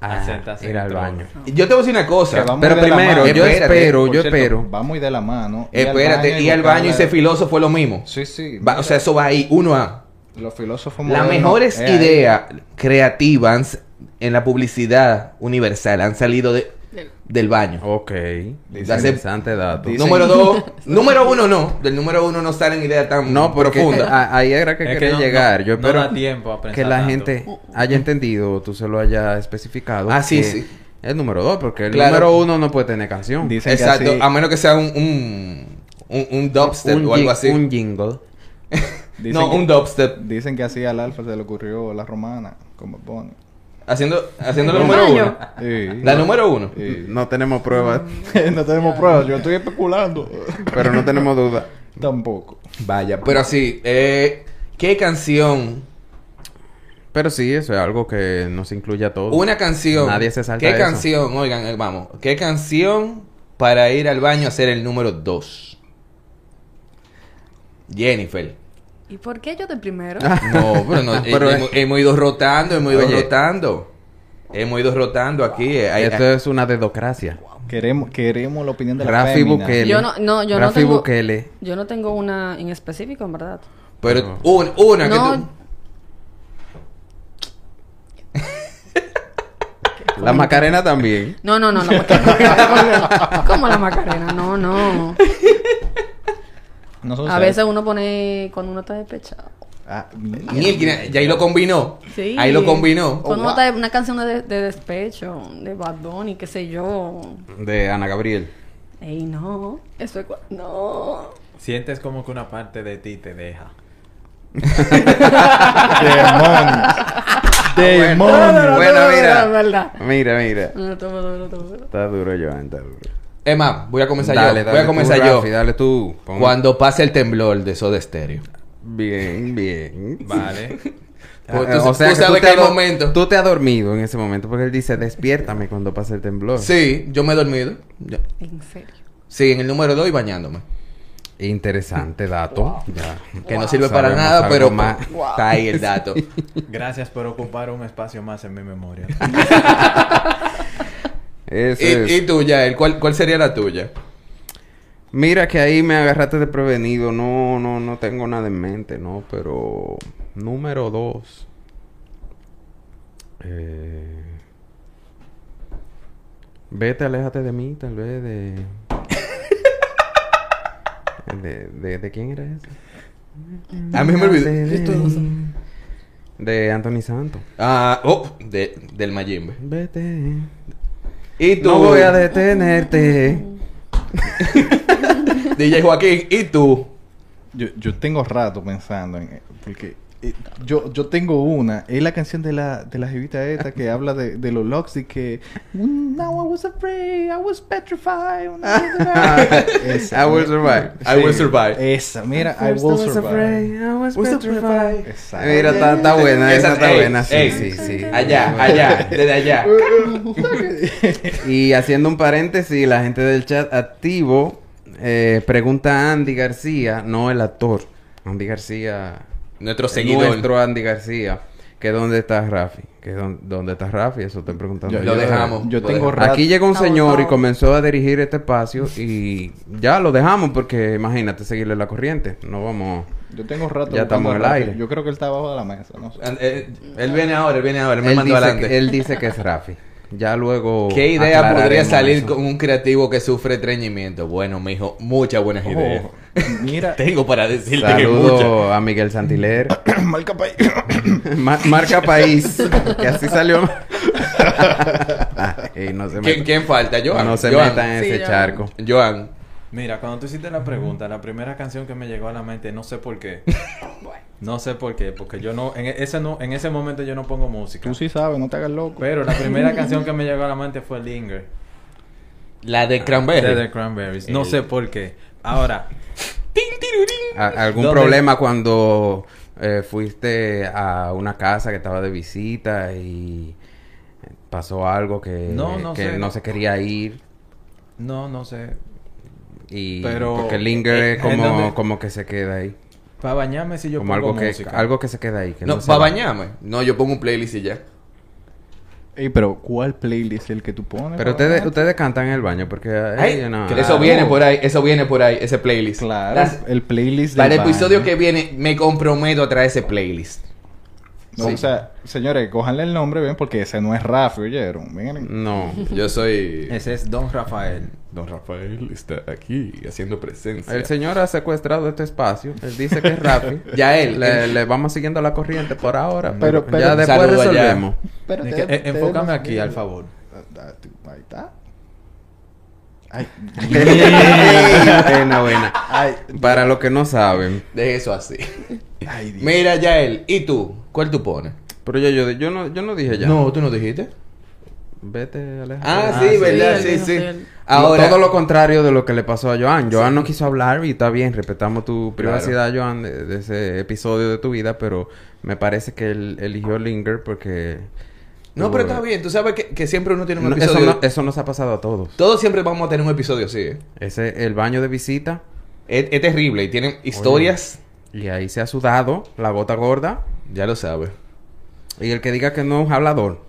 S2: a
S4: Sentarse
S2: ir
S4: en
S2: al
S4: trono.
S2: baño.
S1: Yo te voy a decir una cosa.
S5: Que vamos
S2: Pero
S5: de la
S2: primero,
S5: mano.
S2: yo
S1: Espérate,
S2: espero,
S5: Por
S2: yo
S5: cierto,
S2: espero.
S5: Va muy de la mano.
S1: Espérate, ir al baño y ser filósofo es lo mismo.
S5: Sí, sí.
S1: Va- o sea, eso va ahí, uno a...
S5: los filósofos
S1: Las
S5: modernos,
S1: mejores
S5: eh, ahí.
S1: ideas creativas en la publicidad universal han salido de-
S6: Del-
S1: del baño.
S2: Ok.
S5: Dicen-
S2: Interesante dato.
S5: Dicen-
S1: Número dos.
S5: <laughs>
S1: número uno no. Del número uno no salen ideas tan
S2: No, porque
S1: profundas.
S5: ah,
S2: a- ahí era que
S4: Es que
S2: quería
S4: no-
S2: llegar.
S4: no-
S2: yo
S4: no
S2: espero
S4: da tiempo a pensar
S2: que la
S4: tanto.
S2: gente haya entendido, tú se lo hayas especificado.
S1: Ah, sí,
S2: que
S1: sí.
S2: El número dos, porque el
S1: Claro.
S2: número uno no puede tener canción.
S5: Dicen que
S1: Exacto.
S5: así-
S1: A menos que sea un, un, un, un dubstep
S2: un,
S1: o algo
S2: jing-
S1: así.
S2: un jingle.
S5: dicen
S1: no,
S5: que-
S1: un dubstep.
S5: Dicen que así al alfa se le ocurrió la romana, como Bonnie.
S1: Haciendo, haciendo la
S6: ¿Un
S1: número
S6: baño?
S1: uno.
S5: Sí.
S1: La número uno.
S5: Sí.
S2: No tenemos pruebas,
S5: <laughs> no tenemos pruebas, yo estoy especulando. <laughs>
S2: pero no tenemos duda.
S5: Tampoco.
S1: Vaya,
S5: pues.
S1: pero así, eh, ¿qué canción?
S2: <laughs> Pero sí, eso es algo que nos incluye a todos.
S1: Una canción.
S2: Nadie se salta
S1: ¿Qué
S2: eso.
S1: canción? Oigan, eh, vamos. ¿Qué canción para ir al baño a ser el número dos?
S2: <laughs>
S1: Jennifer.
S6: ¿Y por qué yo de primero?
S1: Ah, No, pero no. eh,
S2: Pero es-
S1: hemos, hemos ido rotando, hemos ido
S2: Oye.
S1: rotando. Hemos ido rotando aquí. eh, hay-
S2: Esto es una dedocracia.
S5: Queremos, queremos la opinión de la
S2: Rafi
S5: fémina.
S2: Bukele.
S6: Yo no- no, yo no
S2: Rafi
S6: tengo-
S2: Bukele.
S6: Yo no tengo una en específico, en verdad.
S1: pero una, una que tú...
S6: No,
S2: La Macarena también.
S6: no, no, no, la Macarena. <laughs> ¿Cómo la Macarena? No, no.
S5: Nosotros
S6: A
S5: sabemos-
S6: veces uno pone cuando uno está despechado.
S5: Ah, mierda.
S1: Mil quinientos- y ahí
S5: <laughs>
S1: lo combinó.
S6: Sí.
S1: Ahí lo combinó.
S6: Cuando
S5: Oh,
S6: uno
S5: wow.
S6: está de- una canción de, de despecho, de Bad Bunny, qué sé yo.
S2: De Ana Gabriel.
S6: Ey, no. Eso es. cua- No.
S4: Sientes como que una parte de ti te deja.
S2: <laughs> Ah,
S5: Demonios. Demonios.
S2: Bueno,
S6: no, no,
S2: mira.
S6: no, no, no,
S2: Mira, mira.
S6: No, toma, toma, toma.
S2: Está duro, Joan, está duro.
S1: Es más, voy a comenzar yo. voy
S2: dale
S1: a
S2: tú,
S1: comenzar yo.
S2: Rafi, dale tú. Pon-
S1: Cuando pase el temblor de Soda Stereo.
S2: Bien, bien.
S4: Vale.
S2: <laughs> Ah,
S1: Porque
S2: eh,
S1: tú- tú sabes
S2: te
S1: que hay
S2: ado-
S1: momentos.
S2: Tú te has dormido en ese momento porque él dice, despiértame cuando pase el temblor.
S1: Sí, yo me he dormido. Yo-
S6: En serio.
S1: Sí, en el número 2 y bañándome.
S2: Interesante dato. Ya.
S1: Que no sirve para
S2: Sabemos
S1: nada,
S2: algo
S1: pero <laughs>
S2: más.
S1: está ahí el dato.
S4: Gracias por ocupar un espacio más en mi memoria.
S2: Eso
S1: y, <laughs>
S2: es.
S1: y tuya, el ¿cuál, ¿cuál sería la tuya?
S2: Mira que ahí me agarraste desprevenido. No, no, no tengo nada en mente, no, pero... Número dos. Eh, Vete, aléjate de mí, tal vez de... ¿De, de, de quién era ese?
S1: A mí me olvidé.
S2: De,
S6: Esto no sé.
S2: de Anthony Santos.
S1: Ah, oh, de- del Mayimbe.
S2: Vete.
S1: Y tú,
S2: No voy a detenerte.
S1: DJ Joaquín, y tú.
S5: Yo, yo tengo rato pensando en porque eh, yo, yo tengo una, es la canción de la, de la jevita esta que habla de, de los locks y que Now I was afraid, I was petrified.
S2: <laughs> I will survive.
S1: I will survive.
S5: Esa, mira, I will survive. Was petrified. Exacto.
S2: Mira, está, está buena,
S1: Esa-
S2: esa está
S1: ey,
S2: buena, sí,
S1: ey.
S2: sí, sí.
S1: Allá, allá, desde allá.
S2: Y haciendo un paréntesis, la gente del chat activo eh, pregunta a Andy García, no el actor, Andy García,
S1: Nuestro
S2: el
S1: seguidor.
S2: nuestro Andy García, que dónde está Rafi, que dónde, dónde está Rafi, eso estoy preguntando.
S1: Yo- lo dejamos.
S5: Yo
S1: Lo
S5: tengo
S1: dejamos.
S5: rato.
S2: Aquí llegó un
S6: Estamos,
S2: señor y
S6: estamos.
S2: comenzó a dirigir este espacio y ya lo dejamos porque imagínate seguirle la corriente, no vamos.
S5: Yo tengo rato.
S2: Ya
S5: buscando
S2: estamos en
S5: a
S2: el
S5: Rafi.
S2: aire.
S5: Yo creo que él está abajo de la mesa, no sé.
S1: Ah, eh, Él viene ahora, él viene ahora, él me
S2: él,
S1: mandó
S2: dice
S1: adelante.
S2: que, él dice que es Rafi. Ya
S1: <laughs>
S2: luego.
S1: ¿Qué idea podría
S2: aclararemos
S1: salir
S2: eso.
S1: con <laughs> un creativo que sufre estreñimiento? Bueno, mijo, muchas
S2: Oh.
S1: buenas ideas.
S5: Ojo,
S2: <laughs>
S5: mira, <coughs>
S1: Tengo para decirte que muchas.
S2: Saludo a Miguel Santiler. <coughs>
S5: mal capa ahí. <coughs>
S2: Ma- marca país. Que así
S1: <laughs>
S2: salió. <laughs> Ay, no se
S1: ¿Quién,
S2: metan-
S1: quién falta? Joan.
S2: no se
S1: Joan.
S2: metan en
S6: Sí,
S2: ese
S6: Joan.
S2: charco.
S1: Joan.
S4: Mira, cuando tú hiciste la pregunta, la primera canción que me llegó a la mente, no sé
S2: <laughs>
S4: por qué. No sé por qué, porque yo no en e, ese no en ese momento yo no pongo música.
S5: Tú sí sabes, no te hagas loco.
S4: Pero la
S6: <laughs>
S4: primera canción que me llegó a la mente fue Linger
S1: La de
S4: de
S2: Eh.
S1: Cranberry.
S4: The Cranberries. No sé por qué. Ahora,
S2: A- ¿Algún
S4: ¿Dónde?
S2: problema cuando eh, fuiste a una casa que estaba de visita y pasó algo que,
S4: No, no
S2: que
S4: sé.
S2: no se quería ir?
S4: no no sé.
S2: Y
S4: Pero-
S2: porque Linger
S4: Eh,
S2: es como,
S4: ¿en dónde?
S2: como que se queda ahí.
S4: Para bañarme si yo
S2: como
S4: pongo
S2: algo que,
S4: música.
S2: algo que se queda ahí. Que
S1: No,
S2: no se
S1: para
S2: va.
S1: bañarme. No, yo pongo un playlist y ya.
S5: Ey, pero ¿cuál playlist es el que tú pones?
S2: Pero
S5: para
S2: ustedes,
S5: bañarte?
S2: ustedes cantan en el baño porque...
S1: Ay,
S2: eh, no,
S1: que
S2: no.
S1: Eso viene
S4: pues.
S1: por ahí, eso viene por ahí, ese playlist.
S5: Claro,
S1: Las-
S5: el playlist
S1: para el
S5: del
S1: episodio
S5: baño.
S1: que viene, me comprometo a traer ese playlist.
S5: No, O sea, señores, cójanle el nombre, ven, porque ese no es Rafi, oyeron.
S1: Mm.
S5: Miren.
S2: No.
S1: Yo soy.
S4: Ese es Don Rafael.
S1: Don Rafael está aquí haciendo presencia.
S2: El señor ha secuestrado este espacio. Él dice que es Rafi.
S1: Ya
S4: <laughs>
S1: él.
S2: Le, le vamos siguiendo la corriente por ahora. Pero,
S5: Pero- pero-
S2: ya después
S1: Saludo allá.
S2: resolvemos.
S5: Pero
S4: Es que, eh, enfócame aquí, al favor.
S5: Ahí está. Ay,
S2: <laughs> buena, buena.
S5: ay,
S2: Para los que no saben,
S1: De eso así.
S5: ay, Dios.
S1: Mira, Yael, ¿y tú? ¿Cuál tú pones?
S2: Pero ya yo, yo, no, yo no dije ya.
S1: No, tú no dijiste.
S2: Vete, Alejandro.
S1: Ah,
S6: Ah,
S1: sí,
S6: sí,
S1: verdad,
S6: él
S1: sí,
S6: dijo
S1: sí.
S6: que él-
S1: Ahora,
S2: todo lo contrario de lo que le pasó a Joan. Joan no quiso hablar y está bien, respetamos tu
S1: Claro.
S2: privacidad, Joan, de, de ese episodio de tu vida, pero me parece que él eligió Linger porque...
S1: no, pero está bien. Tú sabes que, que siempre uno tiene un
S2: No, eso,
S1: episodio.
S2: no, eso nos ha pasado a todos.
S1: Todos siempre vamos a tener un episodio así. ¿eh?
S2: Ese, el baño de visita,
S1: Es, es terrible y tienen historias.
S2: y ahí se ha sudado la gota gorda,
S1: Ya lo sabes.
S2: y el que diga que no es un hablador.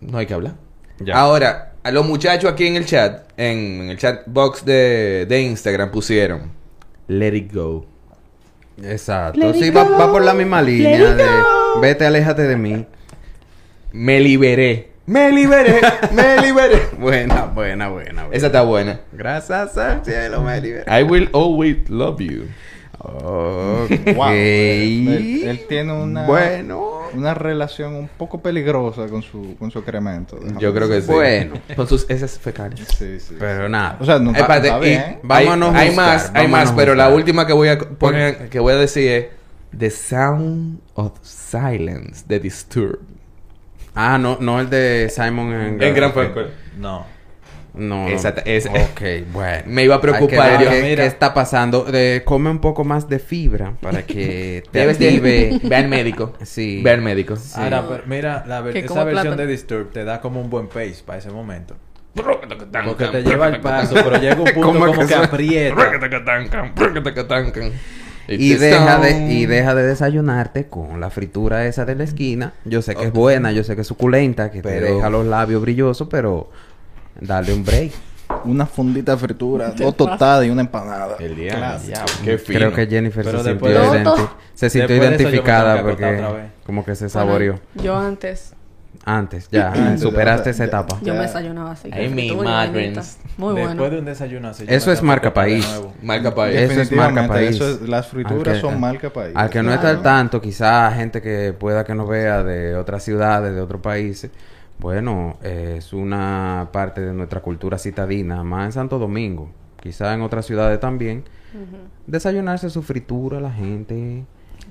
S1: No hay que hablar.
S2: Ya.
S1: Ahora, a los muchachos aquí en el chat, en, en el chat box de, de Instagram pusieron Let it go.
S2: Exacto.
S6: Let it
S2: Sí, va,
S6: go.
S2: va por la misma
S6: Let
S2: línea
S6: it
S2: de... Vete, aléjate de mí. <laughs>
S1: Me liberé. Me liberé. <laughs> me liberé.
S2: Buena, buena, buena. buena.
S1: Esa está buena.
S2: Gracias al cielo me
S1: <laughs>
S2: liberé.
S1: I will always love you.
S2: Ok.
S5: Wow. Él, él- él tiene una,
S2: Bueno.
S5: una relación un poco peligrosa con su, con su excremento. déjame
S1: Yo creo que sí.
S5: decir.
S2: Bueno.
S1: Con sus esas fecales.
S5: Sí, sí.
S2: Pero nada.
S5: o sea, nunca
S1: Eh, espérate,
S5: está
S1: y
S5: bien.
S2: Vámonos
S1: hay, hay
S2: a buscar,
S1: más, hay
S2: vámonos
S1: más,
S2: a
S1: pero la
S2: buscar.
S1: última que voy a poner, que voy a decir es The Sound of Silence de Disturb.
S2: Ah, no, no el de Simon en,
S1: En Gran
S2: Franco.
S1: Franco.
S4: No.
S2: No. no.
S1: Esa- es-
S2: ok, bueno.
S1: <laughs> Me iba a preocupar,
S2: Hay que ver
S1: yo,
S2: ¿Qué,
S1: mira.
S2: qué está pasando? De- come un poco más de fibra para
S1: <laughs>
S2: que te
S1: Debes de
S2: <laughs> active.
S1: ve al médico.
S2: este Sí.
S1: Ve al médico. Ah,
S4: Ahora, pero mira, la ver-
S6: Que
S4: esa
S6: como
S4: versión
S6: plátano.
S4: de Disturb te da como un buen pace para ese momento. Porque te lleva
S2: <laughs>
S4: al paso, pero llega un punto
S2: ¿Cómo
S4: como
S2: que
S4: que,
S2: suena?
S4: aprieta.
S2: Y deja, de, y deja de desayunarte con la fritura esa de la esquina. Yo sé que es buena, yo sé que es suculenta, que
S1: Pero-
S2: te deja los labios brillosos, pero dale un break.
S5: Una fundita de fritura,
S6: Te
S5: dos
S6: pasa.
S5: tostadas y una empanada.
S1: El
S5: Claro.
S1: diablo. Qué fino.
S2: Creo que Jennifer
S4: Pero
S2: se sintió,
S4: después-
S6: No,
S2: identi-
S6: to-
S2: se sintió
S4: Después de eso yo me
S2: identificada
S4: tengo que acostar otra
S2: porque
S4: vez.
S2: como que se saboreó.
S6: Bueno, yo antes,
S2: Antes, ya,
S5: Antes,
S2: superaste
S5: ya,
S2: esa
S5: ya.
S2: etapa.
S6: yo
S5: Ya.
S6: me desayunaba así.
S1: Ay,
S6: con
S1: mi
S6: fritura y
S1: madre.
S6: vainita. Muy
S4: Después
S6: bueno.
S4: de un desayuno así. yo
S2: Eso
S4: me
S2: es
S4: tengo
S2: marca
S4: que parar de
S2: país.
S4: nuevo.
S1: Marca para
S2: Eso es marca
S5: Definitivamente,
S2: país.
S5: eso es- las frituras
S2: Al que-
S5: son marca país.
S2: Al que no está
S6: Claro.
S2: al tanto, quizás gente que pueda que nos vea de otras ciudades, de otros países. Bueno, eh, es una parte de nuestra cultura citadina, más en Santo Domingo, quizás en otras ciudades también. Desayunarse su fritura, la gente.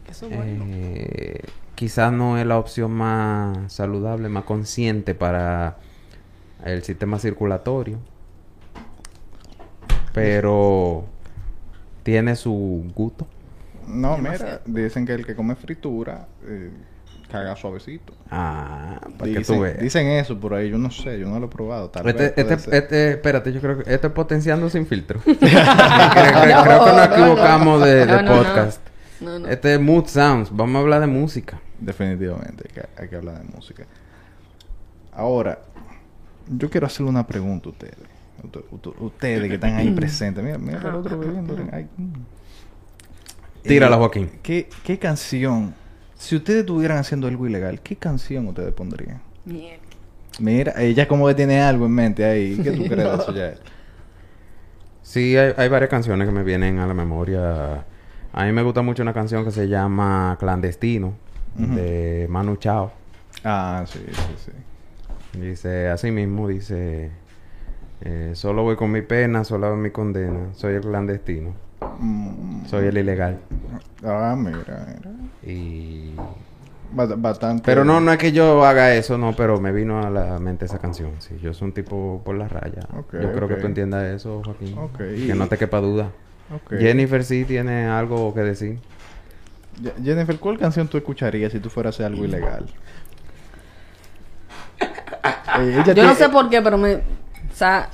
S6: Que eso es bueno.
S2: Eh, quizás no es la opción más saludable, más consciente para el sistema circulatorio. Pero tiene su gusto.
S5: No,
S6: Demasiado.
S5: mira, dicen que el que come fritura eh, caga suavecito.
S2: Ah, para que tú
S5: Dicen,
S2: veas.
S5: dicen eso por ahí, yo no sé, yo no lo he probado. Tal
S2: Este-
S5: vez puede
S2: este-
S5: ser.
S2: este- espérate, yo creo que este es potenciando sin
S6: <laughs>
S2: filtro. <laughs> creo, creo- creo que nos equivocamos de, de
S6: No, no, no.
S2: podcast.
S6: No, no.
S2: Este es Mood Sounds. Vamos a hablar de música.
S5: Definitivamente, hay que, hay que hablar de música. Ahora, yo quiero hacerle una pregunta a ustedes. Ut- ut- Ustedes que están ahí presentes. Mira, mira para el otro bebiendo. Ay, mm.
S2: <clears throat> Tírala,
S5: Eh,
S2: Joaquín.
S5: ¿Qué, ¿Qué canción? Si ustedes estuvieran haciendo algo ilegal, ¿qué canción ustedes pondrían?
S6: Mierda.
S5: Mira, ella como que tiene algo en mente ahí. ¿Qué tú crees de eso, Yael?
S2: Sí, hay, hay varias canciones que me vienen a la memoria. A mí me gusta mucho una canción que se llama Clandestino
S5: Ujú.
S2: de Manu Chao.
S5: Ah, sí, sí, sí.
S2: Dice, así mismo, dice, eh, solo voy con mi pena, solo voy con mi condena, soy el clandestino,
S5: Mm,
S2: soy el ilegal.
S5: ah, mira, mira.
S2: Y...
S5: Ba- Bastante.
S2: Pero no, no es que yo haga eso, no, pero me vino a la mente esa canción. Sí, yo soy un tipo por la raya.
S5: Ok,
S2: yo creo
S5: ok.
S2: que tú entiendas eso, Joaquín.
S5: Ok.
S2: Que no te quepa duda.
S5: Ok.
S2: Jennifer sí tiene algo que decir.
S5: Ye- Jennifer, ¿cuál canción tú escucharías si tú fueras a hacer algo ilegal? Eh, ella
S6: Yo no
S5: tiene-
S6: sé por qué, pero me... O sea,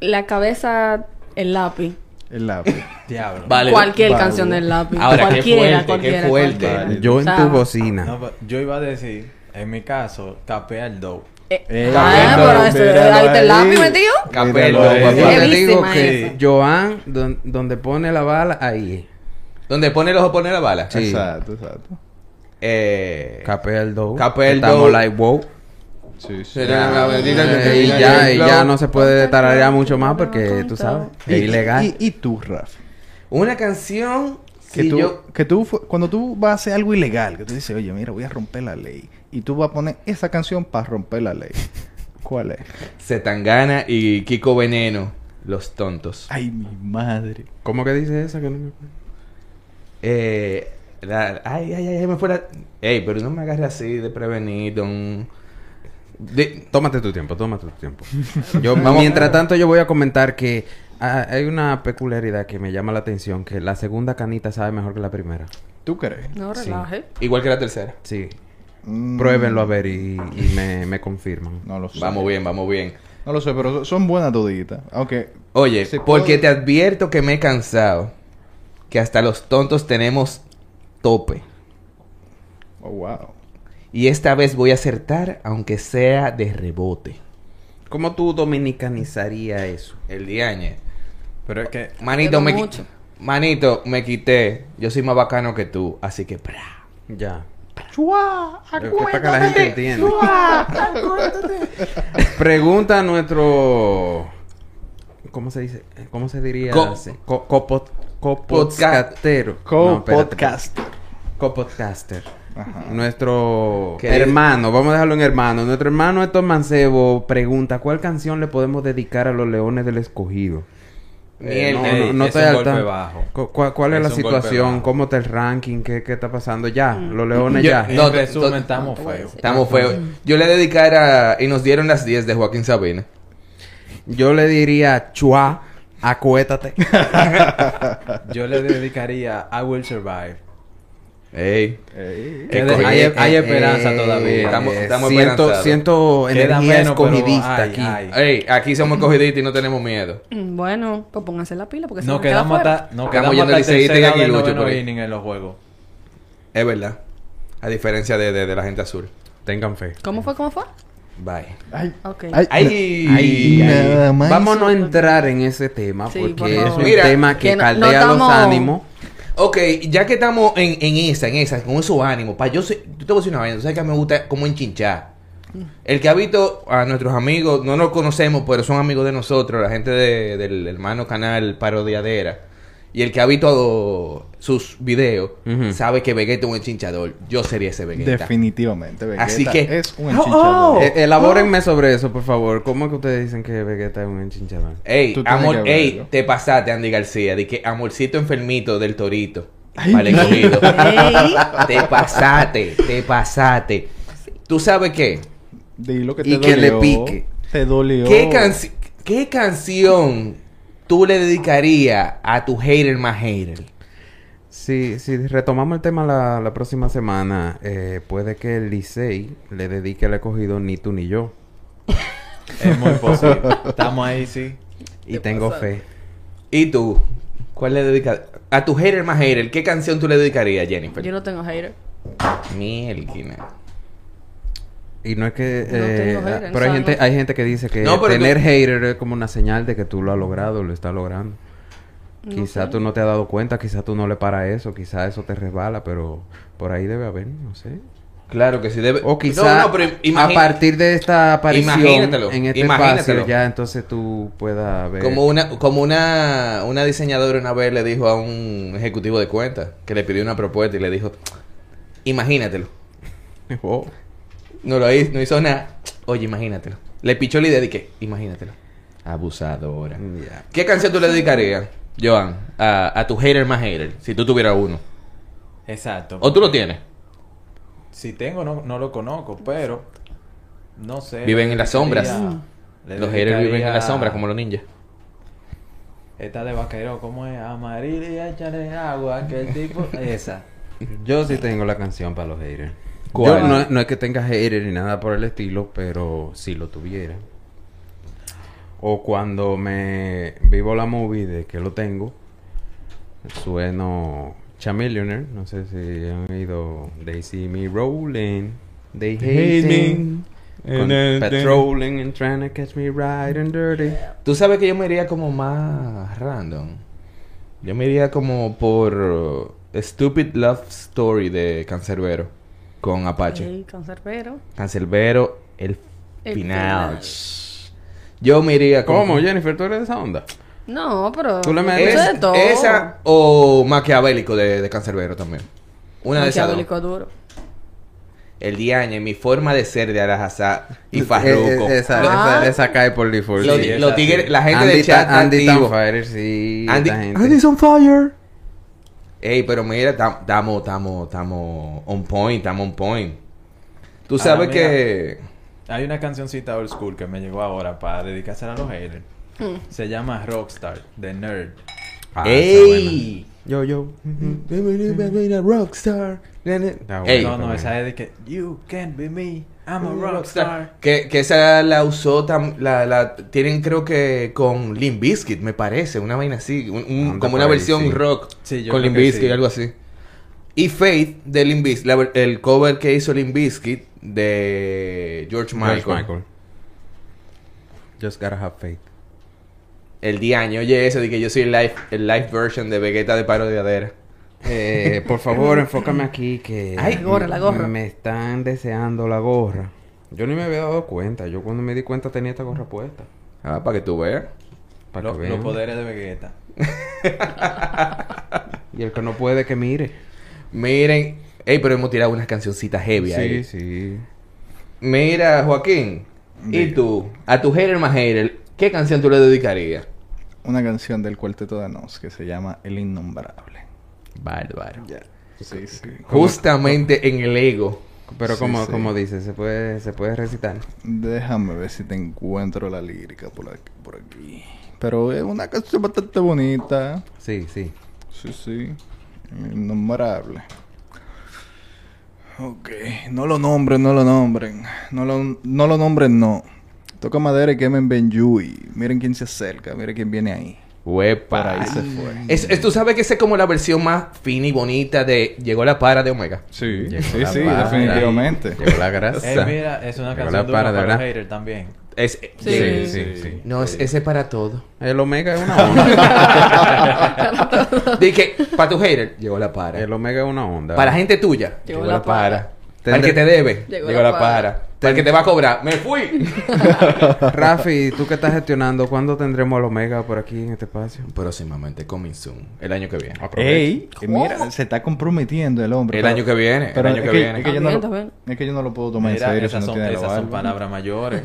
S6: la cabeza, el lápiz.
S5: El lápiz.
S4: Diablo.
S1: Vale.
S6: cualquier
S5: Vale.
S6: canción del lápiz.
S1: Ahora, qué
S6: cualquiera,
S1: fuerte,
S6: cualquiera,
S1: qué fuerte.
S6: cualquiera.
S2: Yo en
S6: O sea,
S2: tu bocina.
S4: No, pero yo iba a decir, en mi caso, capé al dough.
S6: eh,
S5: Eh,
S6: ah, pero eso,
S5: míralo
S6: ahí está el
S5: ahí.
S6: lápiz metido.
S1: Capelo,
S5: Míralo ahí.
S2: Yo
S1: papá.
S2: te
S6: Heavísima
S2: digo que
S6: esa.
S2: Joan, don- donde pone la bala, ahí
S1: Donde pone el ojo, pone la bala.
S2: Sí.
S5: Exacto, exacto.
S1: Eh,
S2: es. Capé el do.
S1: Capé el
S2: Estamos
S1: do.
S2: like, wow.
S5: Sí, sí.
S1: será la bendita que te
S2: Eh, y
S1: diga
S2: ya,
S1: el
S2: y
S1: flow.
S2: ya no se puede tararear mucho más porque tú sabes,
S5: Y,
S2: es ilegal.
S5: Y, y tú, Raf.
S1: Una canción
S5: Que
S1: si
S5: tú,
S1: yo-
S5: que tú fu- cuando tú vas a hacer algo ilegal, que tú dices, oye, mira, voy a romper la ley. Y tú vas a poner esa canción para romper la ley. ¿Cuál es?
S1: Zetangana y Kiko Veneno, Los Tontos.
S5: Ay, mi madre.
S2: ¿Cómo que dice esa que no me acuerdo?
S1: Eh, la- ay, ay, ay, me fuera. Ey, pero no me agarre así de prevenido. un- De,
S2: Tómate tu tiempo, tómate tu tiempo. Yo, mientras tanto, yo voy a comentar que ah, hay una peculiaridad que me llama la atención, que la segunda canita sabe mejor que la primera.
S5: ¿Tú crees?
S6: No
S2: Sí.
S6: <laughs> relaje.
S1: igual que la tercera.
S2: Sí.
S5: Mm,
S2: Pruébenlo a ver y, y me, me confirman.
S5: No lo sé.
S1: Vamos bien, vamos bien.
S5: No lo sé, pero son buenas toditas. Aunque
S1: Oye,
S5: Sí, puedo-
S1: porque te advierto que me he cansado. Que hasta los tontos tenemos tope.
S5: Oh, wow.
S1: Y esta vez voy a acertar, aunque sea de rebote.
S2: ¿Cómo tú dominicanizarías eso?
S1: El diañe.
S4: Pero es que
S1: Manito,
S6: Pero
S1: me qui-
S6: mucho.
S1: Manito, me quité. Yo soy más bacano que tú, así que pra.
S2: Ya. Pero que es para que la gente entienda. Pregunta a nuestro... ¿Cómo se dice? ¿Cómo se diría?
S1: Co-
S2: Sí. Co- copod- Copodcastero. No, espérate.
S5: Co-podcast.
S2: Copodcaster.
S5: Ajá.
S2: Nuestro
S1: Que-
S2: hermano, vamos a dejarlo en hermano. Nuestro hermano Héctor Mancebo pregunta: ¿Cuál canción le podemos dedicar a los Leones del Escogido?
S4: Eh,
S1: Mierda.
S2: no,
S4: ey,
S2: no, no
S4: es
S2: estoy
S4: un
S2: al
S4: golpe
S2: tan-
S4: bajo.
S2: Cu- ¿Cuál, cuál es,
S4: Es
S2: la
S4: un golpe
S2: situación?
S4: bajo. Mm.
S2: ¿Cómo está el ranking? ¿Qué, qué está pasando? Ya, los Leones
S1: Yo-
S2: ya.
S1: No, to-
S4: en resumen,
S1: to-
S4: estamos
S6: te voy a
S4: feos.
S6: decir.
S1: Estamos feos. Yo le dedicara y nos dieron las 10 de Joaquín Sabina.
S2: Yo le diría: Chua, acuétate.
S4: Yo le dedicaría I Will Survive.
S1: Ey.
S5: Ey.
S4: <laughs> Que de-
S1: Eh,
S4: hay,
S1: eh,
S4: hay
S1: eh,
S4: esperanza
S2: Eh,
S4: todavía.
S1: estamos-
S2: eh,
S1: estamos
S2: siento,
S1: esperanzados.
S2: siento
S4: Queda
S2: energía
S4: menos, pero
S2: escogidista
S4: ay,
S2: aquí.
S4: ay.
S1: Ey, aquí somos cogiditos y no tenemos miedo.
S6: Mm, Bueno, pues pónganse la pila porque se
S4: No
S6: van a quedar
S4: quedamos
S6: fuera.
S4: hasta, no
S1: Estamos
S4: quedamos
S1: yendo
S4: hasta el
S1: liceísta y
S4: tercer grado del
S1: aguilucho por
S4: noveno
S1: ahí.
S4: inning en los juegos.
S1: Es verdad. A diferencia de, de- de la gente azul.
S2: Tengan fe.
S6: ¿Cómo fue? ¿Cómo fue?
S1: Bye.
S5: Ay.
S6: Ok.
S1: Ay,
S2: Ay,
S5: nada
S2: ay.
S5: más.
S2: Vamos a no entrar en ese tema
S6: Sí, por
S2: porque es
S6: favor.
S2: un
S1: Mira,
S2: tema que,
S6: que no- no
S2: caldea los
S6: estamos-
S2: ánimos.
S1: Ok, ya que estamos en, en esa, en esa, con esos ánimos, pa, yo sé, yo te voy a decir una vaina, tú sabes que a mí me gusta como enchinchar. El que ha visto a nuestros amigos, no nos conocemos, pero son amigos de nosotros, la gente de- del hermano canal Parodiadera. Y el que ha visto sus videos
S2: Ujú.
S1: sabe que Vegeta es un enchinchador. Yo sería ese Vegeta.
S5: Definitivamente, Vegeta
S1: Así que-
S5: es un
S1: Oh,
S5: enchinchador.
S1: oh.
S2: Eh, Elabórenme sobre eso, por favor. ¿Cómo es que ustedes dicen que Vegeta es un enchinchador?
S1: Ey,
S5: Tú tienes que
S1: amor,
S5: verlo.
S1: ey, te pasaste, Andy García, de que amorcito enfermito del torito.
S5: Ay.
S1: Vale, cogido.
S6: <laughs> Ey.
S1: te pasaste, te pasaste. ¿Tú sabes qué?
S5: Di lo que te
S2: Y que le
S5: dolió.
S2: pique.
S5: Te dolió.
S1: ¿Qué, canci- ¿Qué canción tú le dedicarías a tu hater más hater?
S2: Si, si retomamos el tema la, la próxima semana, eh, puede que el Licey le dedique el escogido ni tú ni yo.
S4: Es muy posible.
S1: <laughs>
S4: Estamos ahí, sí.
S2: Y tengo fe.
S1: ¿Y tú? ¿Cuál le dedicas? A tu hater más hater, ¿qué canción tú le dedicarías, Jennifer?
S6: Yo no tengo hater.
S1: Mielquina.
S2: Y no es que...
S6: No
S2: eh,
S6: tengo haters,
S2: pero hay
S6: o sea,
S2: gente,
S6: no-
S2: hay gente que dice que
S1: No, pero
S2: tener
S1: tú-
S2: hater es como una señal de que tú lo has logrado, lo estás logrando.
S6: No
S2: quizá
S6: sé.
S2: tú no te has dado cuenta, quizá tú no le paras eso, quizá eso te resbala, pero por ahí debe haber, no sé.
S1: Claro que sí debe.
S2: O quizá
S1: No, no, pero
S2: a
S1: imagi-
S2: partir de esta aparición
S1: Imagínatelo,
S2: en este
S1: imagínatelo.
S2: espacio ya entonces tú puedas ver.
S1: Como una, como una, una diseñadora una vez le dijo a un ejecutivo de cuentas que le pidió una propuesta y le dijo, imagínatelo.
S2: <laughs> Oh.
S1: No lo hizo, no hizo nada. Oye, imagínatelo. Le pichó la idea de que, imagínatelo. Abusadora.
S2: Ya.
S1: ¿Qué canción tú le dedicarías, Joan, a, a tu hater más hater, si tú tuvieras uno?
S4: Exacto.
S1: ¿O tú lo tienes?
S4: Si tengo, no, no lo conozco, pero no sé.
S1: Viven en las sombras.
S6: Mm.
S4: Dedicaría- le
S1: Los haters viven en
S4: dedicaría
S1: la sombra, como los ninjas.
S4: Esta de vaquero, ¿cómo es? Amarilla, échale agua, que el
S1: <laughs>
S4: tipo. Esa.
S2: Yo sí tengo la canción para los haters.
S1: ¿Cuál?
S2: Yo no, no es que tenga haters ni nada por el estilo, pero si lo tuviera. O cuando me vivo la movie de que lo tengo, sueno Chamillionaire, no sé si han oído They See Me Rolling, They Hate, Me. Eh, Con patrolling and trying to catch me right and dirty.
S1: Tú sabes que yo me iría como más random. Yo me iría como por uh, Stupid Love Story de Cancerbero con Apache.
S6: Ey, cancerbero.
S1: Cancerbero, el,
S6: El
S1: final.
S6: final.
S1: Yo me iría como...
S2: ¿Cómo, Jennifer? ¿Tú eres de esa onda?
S6: No, pero.
S2: Tú le metes-
S6: eso es
S1: Es-
S6: de todo.
S1: esa o Maquiavélico de, de Cancerbero también. Una de esas dos.
S6: Maquiavélico duro.
S1: El Diañe, mi forma de ser de Arajazá y
S2: Eh,
S1: Farruko.
S2: eh, Esa,
S6: Ah.
S2: esa, esa cae por default.
S1: Lo-
S2: sí.
S4: esa
S1: lo tigre-
S4: sí.
S1: la gente
S2: Andy
S1: del chat
S2: Ta- Andy
S1: activo.
S2: Tan Fire, sí.
S1: Andy-
S2: esta gente.
S1: Andy's on fire. Ey, pero mira, estamos, estamos, estamos on point, estamos on point. Tú sabes
S4: Ahora,
S1: que...
S4: Hay una cancioncita old school que me llegó ahora para dedicársela a los haters.
S6: Mm.
S4: Se llama Rockstar, de Nerd.
S2: Ah, está
S1: ¡Ey!
S2: buena. Yo, yo.
S1: Bienvenido, bienvenido a Rockstar.
S2: Está
S1: Ey.
S2: buena,
S4: no,
S2: está
S4: no, esa
S2: buena.
S4: es de que You can be me, I'm a rockstar.
S1: Que, que esa la usó, tam- la, la tienen creo que con Limp Bizkit, me parece, una vaina así, un- un-
S2: Anda
S1: como
S2: por
S1: una
S2: ahí,
S1: versión
S2: sí.
S1: rock
S4: Sí, yo
S1: con
S4: creo
S1: Limp
S4: que
S1: Bizkit,
S4: sí.
S1: algo así. Y Faith de Limp Biz- la ver- el cover que hizo Limp Bizkit de George Michael,
S2: George Michael. Just gotta have faith.
S1: el día año, oye eso de que yo soy el live, el live version de Vegeta de Parodiadera.
S2: Eh, por favor, enfócame aquí que...
S6: <laughs> Ay, la gorra, la gorra.
S2: Me están deseando la gorra. Yo ni me había dado cuenta. Yo cuando me di cuenta tenía esta gorra puesta.
S1: Ah, para que tú veas.
S2: Para
S4: Lo-
S2: que
S4: los
S2: vean.
S4: poderes de Vegeta.
S2: Y el que no puede que mire.
S1: Miren, ey, pero hemos tirado unas cancioncitas heavy ahí.
S2: Sí, sí.
S1: Mira, Joaquín, ¿y
S5: Diga.
S1: tú? A tu hater más hater, ¿qué canción tú le dedicarías?
S5: Una canción del cuarteto de Nos que se llama El Innombrable.
S1: Bárbaro.
S5: Sí, sí.
S1: Justamente en el ego.
S2: Pero
S5: Sí,
S2: como,
S5: sí.
S2: como dice, se puede, se puede recitar.
S5: Déjame ver si te encuentro la lírica por aquí. Por aquí. Pero es una canción bastante bonita.
S2: Sí, sí.
S5: Sí, sí. Innombrable. Ok. No lo nombren, no lo nombren. No lo, no lo nombren, no. Toca madera y quemen Benjui. Miren quién se acerca, miren quién viene ahí.
S1: Huepa.
S5: Para ahí se fue.
S1: Es, es- tú sabes que esa es como la versión más fina y bonita de Llegó la para de Omega.
S5: Sí,
S2: Llegó
S5: sí,
S2: la
S5: sí,
S2: para.
S5: definitivamente.
S2: Llegó la grasa.
S4: Eh, mira, es una
S2: Llegó
S4: canción
S2: la
S4: dura
S2: para,
S4: para,
S2: ¿verdad?
S4: los haters también.
S1: Es,
S2: Sí,
S6: Sí.
S2: sí, sí.
S1: No, es, ese es para todo.
S2: El omega es <laughs> una onda.
S1: Dije, para tu hater, llegó la para.
S2: el omega es una onda.
S1: Para gente tuya,
S6: Llegó la para.
S1: Para el que te debe,
S6: Llegó
S1: llegó
S6: la
S1: la
S6: para.
S1: para. Para el que te va a cobrar, me fui.
S2: Rafi, tú que estás gestionando, ¿cuándo tendremos el omega por aquí en este espacio?
S1: Próximamente, coming soon. El año que viene.
S5: Ey, que mira, se está comprometiendo el hombre.
S1: El
S5: pero-
S1: año que viene. El
S5: pero
S1: año
S5: es
S1: que
S5: que-
S1: viene.
S5: es que yo no
S6: También,
S5: lo-
S6: también.
S5: Es que yo no lo puedo tomar en
S4: Mira,
S5: serio si
S4: esas
S5: no
S4: son,
S5: tiene la
S4: esas son
S5: barba.
S2: <laughs>
S4: palabras mayores.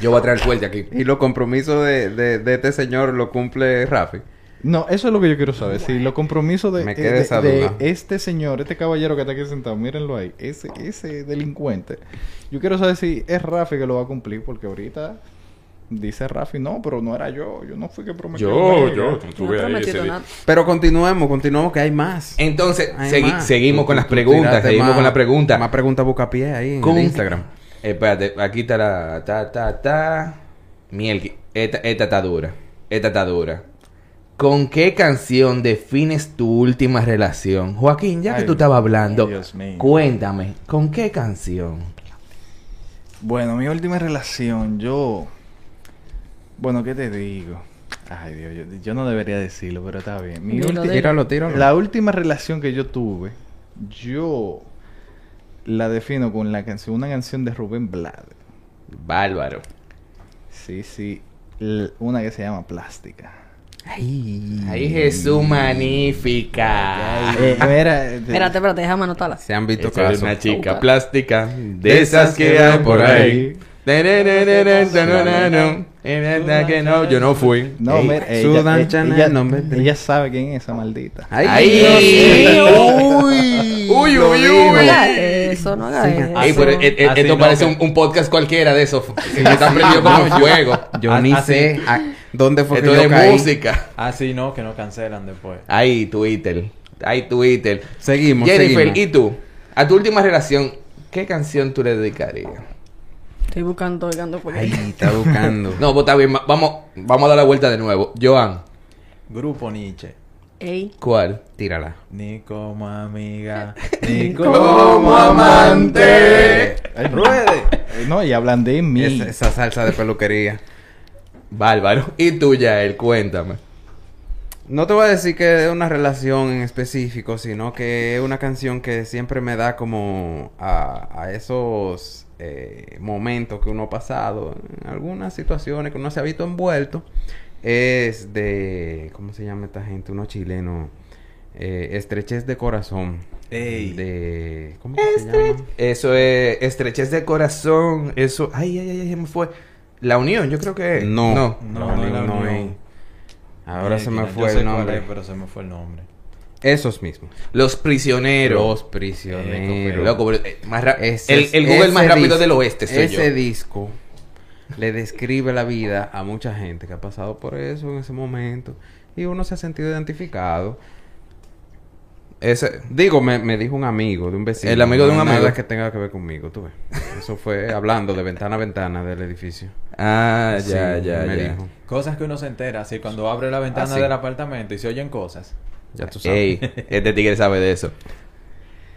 S1: Yo voy a traer fuerte aquí.
S2: Y los compromisos de, de- de este señor lo cumple Rafi.
S5: No, eso es lo que yo quiero saber. Si los compromisos de, eh,
S2: Me
S5: de-
S2: queda
S5: de-
S2: esa
S5: de
S2: duda.
S5: este señor, este caballero que está aquí sentado, mírenlo ahí, ese, ese delincuente. Yo quiero saber si es Rafi que lo va a cumplir, porque ahorita dice Rafi, no, pero no era yo, yo no fui que prometí. Omega".
S6: No te metido nada.
S2: Pero continuemos, continuemos que hay más.
S1: Entonces,
S2: Hay
S1: segui-
S2: más.
S1: seguimos
S2: Tú-
S1: con las
S2: tú
S1: preguntas.
S2: tiraste
S1: Seguimos
S2: más-
S1: con la pregunta.
S2: Más preguntas bucapié ahí en
S1: Con-
S2: el Instagram.
S1: Eh, Espérate, aquí está la. Ta, ta, ta. Miel, esta, esta está dura. Esta está dura. ¿Con qué canción defines tu última relación? Joaquín, ya que
S5: Ay,
S1: tú estabas hablando,
S5: Dios mío.
S1: cuéntame, ¿con qué canción?
S5: Bueno, mi última relación, yo... Bueno, ¿qué te digo? Ay, Dios, yo, yo no debería decirlo, pero está bien. Mi
S6: Dilo,
S5: ulti-
S6: dilo.
S2: Tíralo, tíralo.
S5: La última relación que yo tuve, yo la defino con la canción, una canción de Rubén Blades.
S1: Bárbaro.
S5: Sí, sí. L- una que se llama Plástica.
S1: Ay, Jesús,
S4: Ah,
S2: Ah.
S1: magnífica.
S5: Eh, mira, eh,
S6: Espérate, espérate, déjame anotarla.
S2: Se han visto
S1: Esa es
S2: casos.
S1: una chica
S6: Opa.
S1: plástica de esas que hay por ahí. Es verdad que no, yo no fui.
S5: No,
S2: Ey,
S5: mira, ella,
S2: Sudan,
S5: eh,
S2: Chanel,
S5: ella-
S2: nombre de-
S5: ella sabe quién es esa maldita.
S2: Ay,
S1: Ay,
S2: Dios
S1: <laughs>
S2: mío.
S1: Uy, uy,
S6: No
S1: uy.
S6: haga eso, no haga
S2: Sí,
S6: eso.
S1: Ey, pero, eh, eh,
S4: Así
S1: esto
S4: no,
S1: parece
S4: que-
S1: un, un podcast cualquiera de esos. Que está prendido como un fuego.
S2: Yo
S4: Ah,
S2: ni
S4: ah, sí.
S2: sé a- dónde fue
S1: Esto
S2: que yo
S1: de
S2: caí.
S1: música.
S4: Así Ah, no, que no cancelan después.
S1: Ay, Twitter. Ay, Twitter.
S2: Seguimos,
S1: Jennifer,
S2: seguimos.
S1: ¿y tú? A tu última relación, ¿qué canción tú le dedicarías?
S6: Estoy buscando, oigando por
S2: Ay,
S6: ahí.
S2: está buscando.
S1: No, pues está bien. ma- Vamos, vamos a dar la vuelta de nuevo. Joan,
S4: Grupo Nietzsche.
S6: Ey,
S1: ¿cuál?
S2: Tírala.
S4: Ni como
S2: <laughs>
S4: amiga, ni
S1: como
S4: como
S1: amante.
S4: amante.
S5: Eh, Ay, ruede. Eh, No, y hablan de mí.
S2: Esa, esa salsa de peluquería.
S1: Bárbaro. ¿Y tú, Yael? Cuéntame.
S2: No te voy a decir que es una relación en específico, sino que es una canción que siempre me da como a, a esos eh, momentos que uno ha pasado, en algunas situaciones que uno se ha visto envuelto. Es de, ¿cómo se llama esta gente? Uno chileno. Eh, estrechez de corazón.
S4: Ey.
S2: De, ¿Cómo que se llama?
S1: Eso es estrechez de corazón. Eso. Ay, ay, ay, ay, se me fue. La unión, yo creo que. es.
S2: No,
S1: No.
S4: No, no,
S2: no,
S4: no,
S2: no,
S4: no.
S2: eh. Ahora
S4: Eh,
S2: se me
S4: yo
S2: fue
S4: sé
S2: el
S4: cuál
S2: nombre.
S4: es, pero se me fue el nombre.
S2: Esos mismos.
S1: Los prisioneros.
S2: Los prisioneros.
S1: Loco, pero, eh, más ra-
S2: Ese-
S1: el, el Google
S2: ese
S1: más rápido
S2: disco-
S1: del oeste soy
S2: Ese
S1: yo.
S2: disco le describe la vida a mucha gente que ha pasado por eso en ese momento. Y uno se ha sentido identificado. Ese, digo, me, me dijo un amigo de un vecino.
S1: El amigo de un
S2: no es
S1: amigo.
S2: Nada que tenga que ver conmigo, tú ves. Eso fue hablando de ventana a ventana del edificio.
S1: Ah, <laughs> ya,
S2: Sí,
S1: ya,
S2: me
S1: ya.
S2: dijo.
S4: Cosas que uno se entera, así cuando abre la ventana
S2: Ah, sí.
S4: del apartamento y se oyen cosas.
S2: Ya tú sabes.
S1: Ey, este tigre sabe de eso.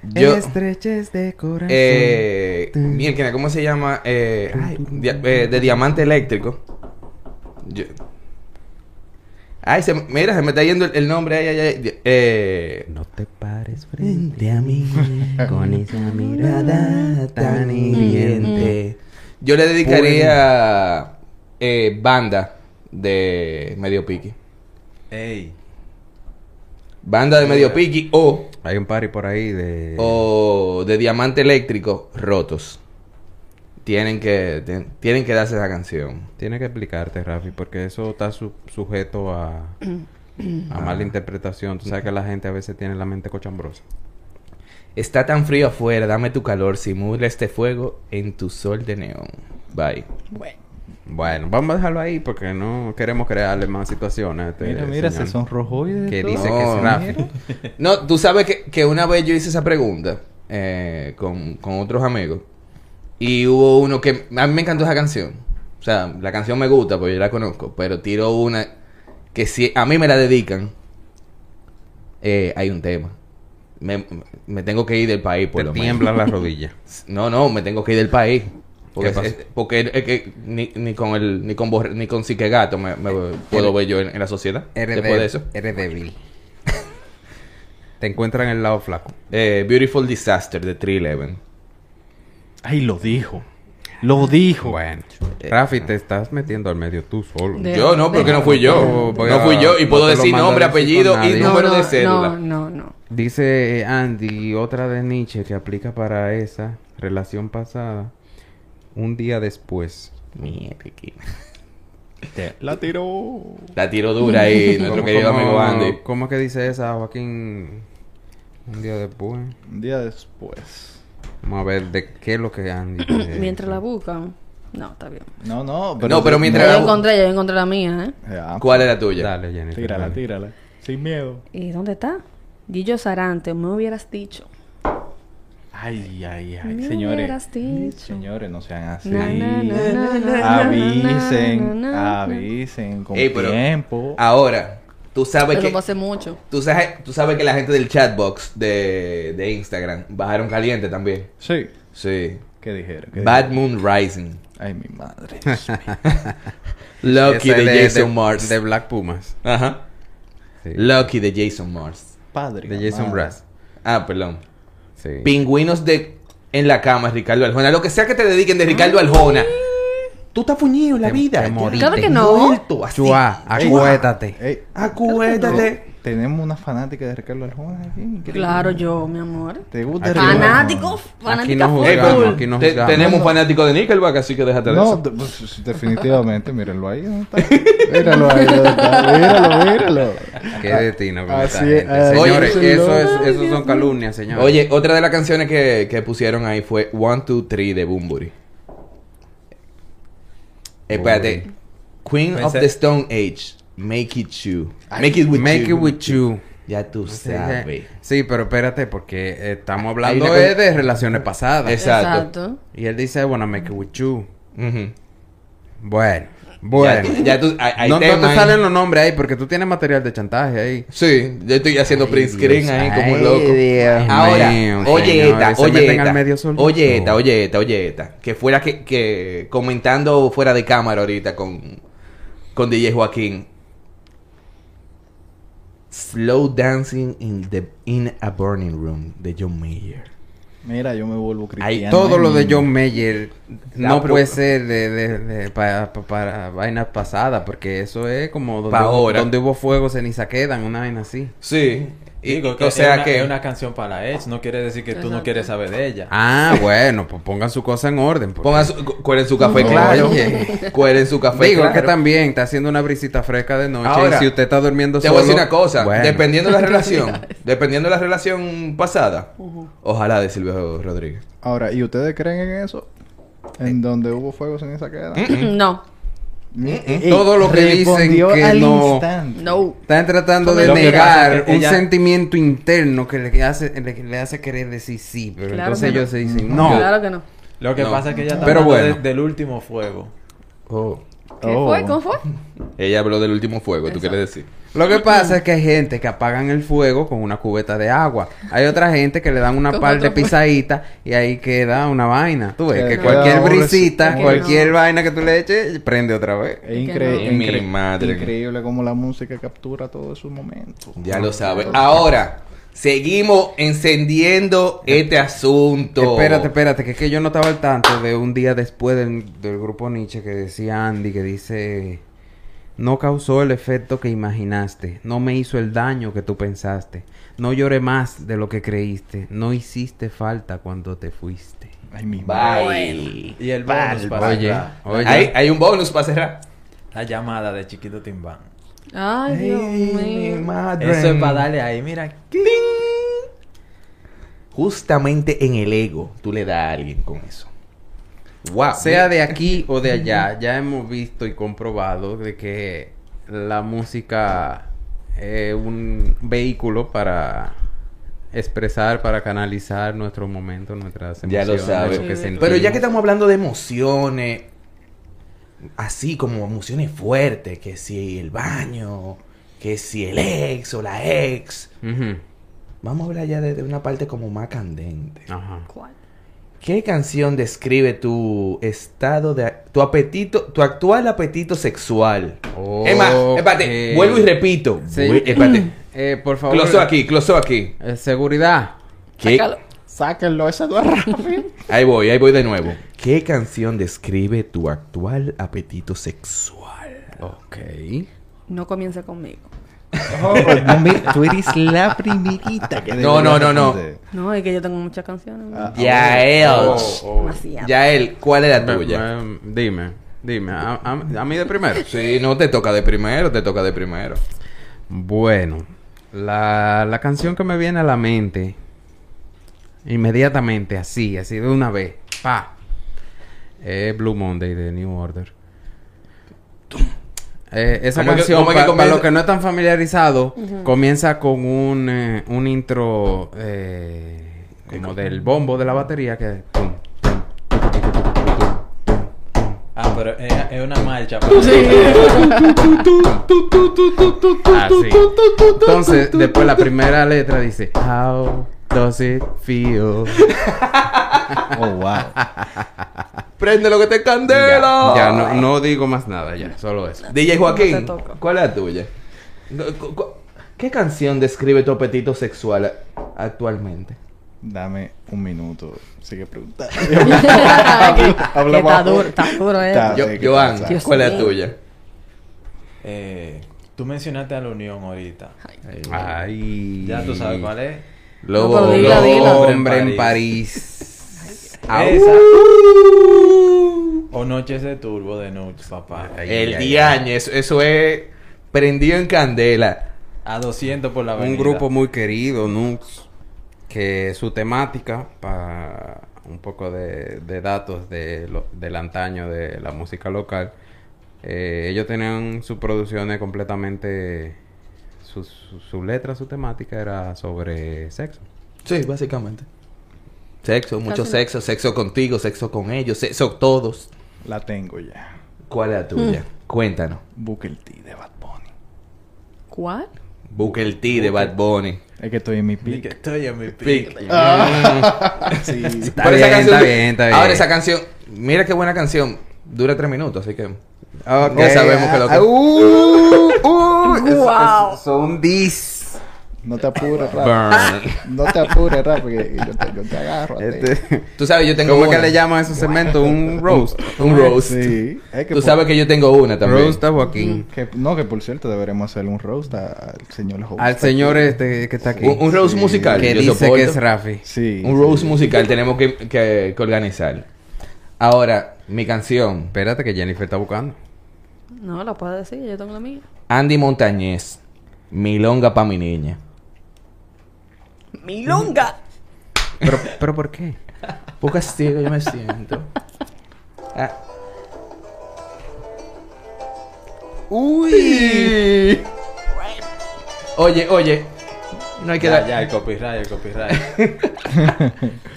S1: Yo,
S2: Estrechez de corazón.
S1: eh, mierda, ¿cómo se llama? Eh, ay, dia- eh, de diamante eléctrico. Yo- Ay, se, me- mira, se me está yendo el, el nombre. Ay, ay, ay. Di- Eh,
S2: No te pares frente a mí
S1: <laughs>
S2: con esa mirada tan hiriente.
S1: Yo le dedicaría eh, banda de medio piqui.
S4: <laughs> Ey,
S1: Banda de medio piqui o,
S2: Hay un party por ahí de...
S1: Oh, o de diamante eléctrico rotos. Tienen que, tien- tienen que darse esa canción.
S2: Tiene que explicarte, Rafi, porque eso está su- sujeto a, a mala interpretación. Tú sabes que la gente a veces tiene la mente cochambrosa.
S1: Está tan frío afuera, dame tu calor, simula este fuego en tu sol de neón. Bye.
S6: Mm, Bueno.
S2: Bueno, vamos a dejarlo ahí porque no queremos crearle más situaciones. a este
S5: Mira, mira,
S2: señor
S5: se sonrojó y de
S2: Que
S5: todo.
S2: dice
S1: No,
S2: que es Rafi.
S5: mira.
S2: <laughs>
S1: No, tú sabes que, que una vez yo hice esa pregunta eh, con, con otros amigos y hubo uno que... A mí me encantó esa canción. O sea, la canción me gusta porque yo la conozco, pero tiro una que si a mí me la dedican, eh, hay un tema. Me, me tengo que ir del país, por
S2: Te
S1: lo menos.
S2: tiembla la rodilla.
S1: No, no, me tengo que ir del país. Porque,
S2: ¿Qué pasó?
S1: es- porque es que ni, ni con el ni con Borre- ni con Sique Gato me, me puedo ver yo en, en la sociedad. Después de eso.
S2: eres débil. Te encuentran el lado Oh, flaco.
S1: Eh, Beautiful Disaster de 311.
S5: Ay, lo dijo. Lo dijo.
S2: Bueno, Rafi, te estás metiendo al medio tú solo.
S6: De-
S1: Yo no, porque no fui yo.
S2: Voy
S1: No
S2: a-
S1: fui yo. Y
S2: no
S1: puedo
S2: te lo
S1: decir
S2: mando
S1: nombre,
S2: a decir
S1: apellido
S2: con
S1: y
S2: nadie.
S1: número
S6: no,
S1: de cédula.
S6: No, no, no.
S2: Dice eh, Andy, otra de Nietzsche que aplica para esa relación pasada. Un día después.
S5: La tiró.
S1: La tiro dura
S2: <laughs>
S1: ahí, nuestro querido amigo Andy.
S2: ¿Cómo es que dice esa, Joaquín? Un día después.
S5: Un día después.
S2: Vamos a ver de qué es lo que
S6: <coughs>
S2: Andy. dice.
S6: Mientras la buscan. No, está bien.
S5: No, no.
S1: No, pero mientras-
S6: Yo
S1: Pero-
S6: encontré, yo encontré la mía, ¿eh?
S5: Ya,
S1: ¿Cuál es la tuya?
S2: Dale, Jennifer.
S5: Tírala,
S2: dale.
S5: tírala. Sin miedo.
S6: ¿Y dónde está? Guillo Sarante, me hubieras dicho.
S5: Ay, ay, ay.
S6: Me
S5: Señores.
S6: hubieras dicho.
S5: Señores, no sean así.
S6: Na, na, na, na, na, na, na,
S5: Avisen,
S6: na,
S5: avisen con
S1: Ey, pero-
S5: tiempo.
S1: Ahora, tú sabes
S6: Eso
S1: que.
S6: fue hace mucho.
S1: Tú sabes, tú sabes que la gente del chatbox de, de Instagram bajaron caliente también.
S5: Sí.
S1: Sí.
S5: ¿Qué dijeron? ¿Qué
S1: Bad Moon Rising.
S5: dijeron? Ay, mi madre.
S1: Lucky
S2: Esa
S1: de,
S2: es
S1: Jason Mars.
S2: De Black Pumas.
S1: Ajá.
S2: Sí.
S1: Lucky de Jason Mars.
S5: Padre.
S2: de Jason
S5: amado.
S2: Brass.
S1: Ah, perdón.
S2: Sí.
S1: Pingüinos de en la cama, Ricardo Aljona. Lo que sea que te dediquen de Ricardo Aljona. Tú estás fuñido en la
S2: Te-
S1: vida.
S2: te
S1: Ya.
S2: moriste.
S6: Claro que no.
S1: Vuelto así.
S2: Chua, ah,
S5: Ey,
S2: acuérdate.
S5: ey,
S1: Acuérdate.
S5: te- tenemos una fanática de Ricardo Arjona aquí. increíble.
S6: Claro, yo, mi amor.
S5: ¿Te gusta
S2: Aquí
S5: Ricardo Arjona?
S6: Fanático,
S2: Aquí
S6: fanática
S2: no
S6: full.
S1: Ey, pero
S2: juzgamos, aquí no
S1: te-
S2: juzgamos.
S1: tenemos un
S5: No, no.
S1: fanático de Nickelback, así que déjate de
S5: No,
S1: eso.
S5: de- pues, definitivamente, mírenlo ahí. ¿dónde está? Míralo ahí, ¿dónde está? Míralo, míralo.
S2: Qué destino con esta
S5: Así
S2: gente.
S5: es.
S2: Señores,
S1: Oye,
S2: eso, es,
S6: Ay,
S2: eso
S6: Dios
S2: son
S6: mío.
S2: calumnias, señores.
S1: Oye, otra de las canciones que, que pusieron ahí fue One, Two, Three de Bumburi. Espérate. Queen of
S4: Pensé-
S1: the Stone Age. Make it you. Make it with
S2: Make
S1: you.
S2: it with you.
S1: Ya tú sabes.
S2: Sí, pero espérate, porque eh, estamos
S1: Hay
S2: hablando
S1: una
S2: eh,
S1: co-
S2: de relaciones pasadas.
S1: Exacto.
S6: Exacto.
S2: Y él dice, bueno, make it with you.
S1: Ujú.
S2: Bueno, bueno.
S1: Ya, ya tú, hay, hay
S2: no, no
S1: tema
S2: te
S1: ahí.
S2: salen los nombres ahí porque tú tienes material de chantaje ahí.
S1: Sí, yo estoy haciendo print screen ahí como un loco.
S2: Dios
S1: Ahora,
S2: mío,
S1: oye
S2: señor,
S1: esta,
S2: se
S1: oye
S2: meten al
S1: esta,
S2: medio sol.
S1: oye
S2: No.
S1: esta, oye esta, oye esta, que fuera que, que comentando fuera de cámara ahorita con, con DJ Joaquín. Slow Dancing in, the, in a Burning Room de John Mayer.
S5: Mira, yo me vuelvo cristiano.
S1: Ahí,
S2: Todo lo de
S5: Mm.
S2: John Mayer
S1: La
S2: no
S1: pro-
S2: puede ser de, de- de- pa- pa- para vainas pasadas porque eso es como donde,
S1: Pa'
S2: hubo,
S1: ahora.
S2: donde hubo fuego, ceniza quedan, una vaina así.
S1: Sí, Y-
S4: Digo que
S1: o sea
S4: es una,
S1: que...
S4: es una canción para Edge, no quiere decir que tú no
S6: Exacto.
S4: quieres saber de ella.
S1: <laughs>
S2: Ah, bueno, pues pongan su cosa en orden. porque-
S1: Pongan su, cu- cuelen su café
S2: Oye.
S1: claro. Cuelen su café
S2: Digo
S1: claro.
S2: que también está haciendo una brisita fresca de noche.
S1: Ahora,
S2: y si usted está durmiendo
S1: Te
S2: solo...
S1: voy a decir una cosa.
S2: bueno.
S1: Dependiendo
S2: <laughs>
S1: de la relación. dependiendo de la relación pasada. Ojalá de Silvio Rodríguez.
S5: Ahora, ¿y ustedes creen en eso?
S2: Eh.
S5: En donde hubo fuego sin esa
S2: Mm,
S5: queda.
S6: no,
S2: Todo lo que dicen que no-
S6: no.
S2: Están tratando de
S4: Lo que pasa
S2: negar
S4: es que
S2: un
S4: ella-
S2: sentimiento interno que le hace, le, le hace querer decir sí, pero
S6: Claro
S2: entonces
S6: que no.
S2: ellos se dicen no.
S6: Claro que no.
S4: Lo que
S1: No.
S4: pasa es que ella está
S2: Pero
S4: hablando
S2: bueno.
S4: de- del último fuego.
S1: Oh.
S6: ¿Qué
S5: Oh.
S6: fue? ¿Cómo fue?
S1: Ella habló del último fuego, ¿tú
S6: Exacto.
S1: quieres decir?
S2: Lo que pasa es que hay gente que apagan el fuego con una cubeta de agua. Hay otra gente que le dan una
S6: Con
S2: par de
S6: otro fuego.
S2: pisaditas y ahí queda una vaina. Tú ves
S5: Que
S2: que
S5: queda
S2: cualquier
S5: aborreci-
S2: brisita,
S5: que no.
S2: cualquier vaina que tú le eches, prende otra vez.
S5: Es
S1: Ay,
S5: increíble.
S1: mi madre.
S5: Increíble cómo la música captura todos esos momentos.
S1: Ya lo sabes. Ahora, seguimos encendiendo este asunto.
S2: Espérate, espérate, que es que yo no estaba al tanto de un día después del, del grupo Nietzsche que decía Andy, que dice, no causó el efecto que imaginaste, no me hizo el daño que tú pensaste, no lloré más de lo que creíste, no hiciste falta cuando te fuiste.
S5: Ay, mi madre.
S1: Bye.
S4: Y el bonus para
S2: Oye,
S4: la,
S2: oye,
S1: Hay, hay un bonus para cerrar.
S4: la llamada de Chiquito Timbán.
S6: Ay, Dios mío.
S2: Ah,
S4: Eso es para darle ahí, mira.
S1: Justamente en el ego, tú le das a alguien con eso. Wow.
S2: sea de aquí o
S1: <laughs>
S2: de allá, ya hemos visto y comprobado de que la música es un vehículo para expresar, para canalizar nuestro momento, nuestras
S1: Ya
S2: emociones.
S1: lo sabes.
S2: que sentimos.
S1: Pero ya que estamos hablando de emociones, así como emociones fuertes, que si el baño, que si el ex o la ex,
S2: Ujú.
S1: vamos a hablar ya de, de una parte como más candente.
S2: Ajá.
S6: ¿Cuál?
S1: ¿Qué canción describe tu estado de... tu apetito, tu actual apetito sexual?
S2: Oh,
S1: es más, espérate,
S2: ok.
S1: vuelvo y repito.
S2: Sí.
S1: Vu- Espérate.
S2: <clears throat> Eh, por favor.
S1: Closó aquí, closó aquí.
S2: Eh, seguridad.
S1: ¿Qué?
S6: Sácalo.
S5: Sáquenlo, ese no es
S2: <laughs>
S5: rápido.
S1: Ahí voy, ahí voy de nuevo. ¿Qué canción describe tu actual apetito sexual?
S2: Ok.
S6: No comienza conmigo.
S5: No, mi- tú eres la primerita que
S1: No, no, no, no.
S5: debería
S6: No, es que yo tengo muchas canciones. ¿no?
S5: Ah. oh.
S1: Yael.
S2: Oh.
S6: Demasiado. <laughs>
S1: Yael, ¿cuál era
S2: Me-
S1: tuya?
S2: me- dime, dime. A, a- a mí de primero.
S1: Sí, no te toca de primero, te toca de primero.
S2: Bueno, la, la canción que me viene a la mente inmediatamente, así, así de una vez, pa, es Blue Monday de New Order. Eh, esa
S1: ¿Cómo que-
S2: canción,
S1: cómo que
S2: para
S1: comienza?
S2: los que no están familiarizados, comienza con un, eh, un intro eh, como del bombo de la batería que pum,
S4: Ah, pero es, es una marcha.
S2: Así. Entonces, después la primera letra dice How does it feel?
S5: Oh, wow.
S1: Prende lo que te candela.
S2: Ya, no, no digo más nada, ya, solo eso.
S1: DJ
S6: No
S1: Joaquín,
S6: te toco.
S1: ¿cuál es la tuya? Cu- cu- ¿Qué canción describe tu apetito sexual a- actualmente?
S5: Dame un minuto. Sigue preguntando.
S2: <laughs>
S6: que
S5: Hablamos
S6: está
S5: ahora.
S6: duro, está duro, eh.
S5: Está- Ah,
S1: Yo-
S5: sí, ¿qué
S1: Joan,
S5: pasa?
S6: Dios
S1: ¿cuál es la
S6: mío.
S1: tuya?
S4: Eh, tú mencionaste a la unión ahorita.
S2: Ay.
S4: Ya tú sabes cuál es.
S1: Lobo,
S6: pero dila,
S1: lobo,
S6: dila.
S2: Hombre en París. Au.
S4: Esa. O Noches de Turbo de Nudes, papá.
S2: Ay,
S1: El
S2: ay, ay.
S1: diañe, eso, eso es prendido en candela.
S4: A 200 por la avenida.
S2: Un grupo muy querido, Nux, que su temática, para un poco de, de datos de lo- del antaño de la música local, eh, ellos tenían sus producciones completamente, su, su- su letra, su temática era sobre sexo.
S1: Sí, básicamente. Sexo, mucho
S6: Casi no.
S1: sexo, sexo contigo, sexo con ellos, sexo todos.
S5: La tengo ya.
S1: ¿Cuál es la tuya?
S6: Mm.
S1: Cuéntanos.
S5: Booker T de Bad Bunny.
S6: ¿Cuál?
S1: Booker T de Bad Bunny.
S5: Es que estoy en mi
S4: Y que
S5: pique.
S4: Estoy en mi pick.
S1: Pic.
S5: Sí.
S2: Está
S1: Pero esa
S2: bien,
S1: canción-
S2: está bien, está bien.
S1: Ahora esa canción, mira qué buena canción. Dura tres minutos, así que.
S2: Ok,
S1: Ya sabemos que lo que-
S2: ah, uh, uh, es-
S6: Guau.
S2: es- son dis.
S5: <laughs> No te apures, rápido.
S1: Burn.
S5: No te apures, rápido. que Yo te, yo te agarro. a ti.
S2: Este-
S1: Tú sabes, yo tengo
S2: ¿Cómo es
S1: una.
S2: que le llaman a esos segmentos? Un roast.
S1: Un roast.
S5: Ah, Sí. Es que
S1: Tú
S5: por- Mm,
S1: sabes que yo tengo una también.
S2: Roast a Joaquín.
S5: que- no, que por cierto deberemos hacer un roast a- al señor host.
S2: Al señor este que está aquí.
S1: Un, un roast musical.
S2: que
S1: yo
S2: dice
S1: soporto.
S2: que es Rafi.
S5: Sí.
S1: Un roast musical tenemos que, que- que organizar. Ahora, mi canción.
S2: Espérate que Jennifer está buscando.
S6: No, lo puedo decir, yo tengo la mía.
S1: Andy Montañez. Milonga pa' mi niña.
S6: ¡Milonga!
S2: Pero, pero ¿por qué?
S1: Poco castigo yo me siento. Ah. Uy. Oye, oye. No hay que
S4: Ya,
S1: dar.
S4: ya, el copyright, el copyright.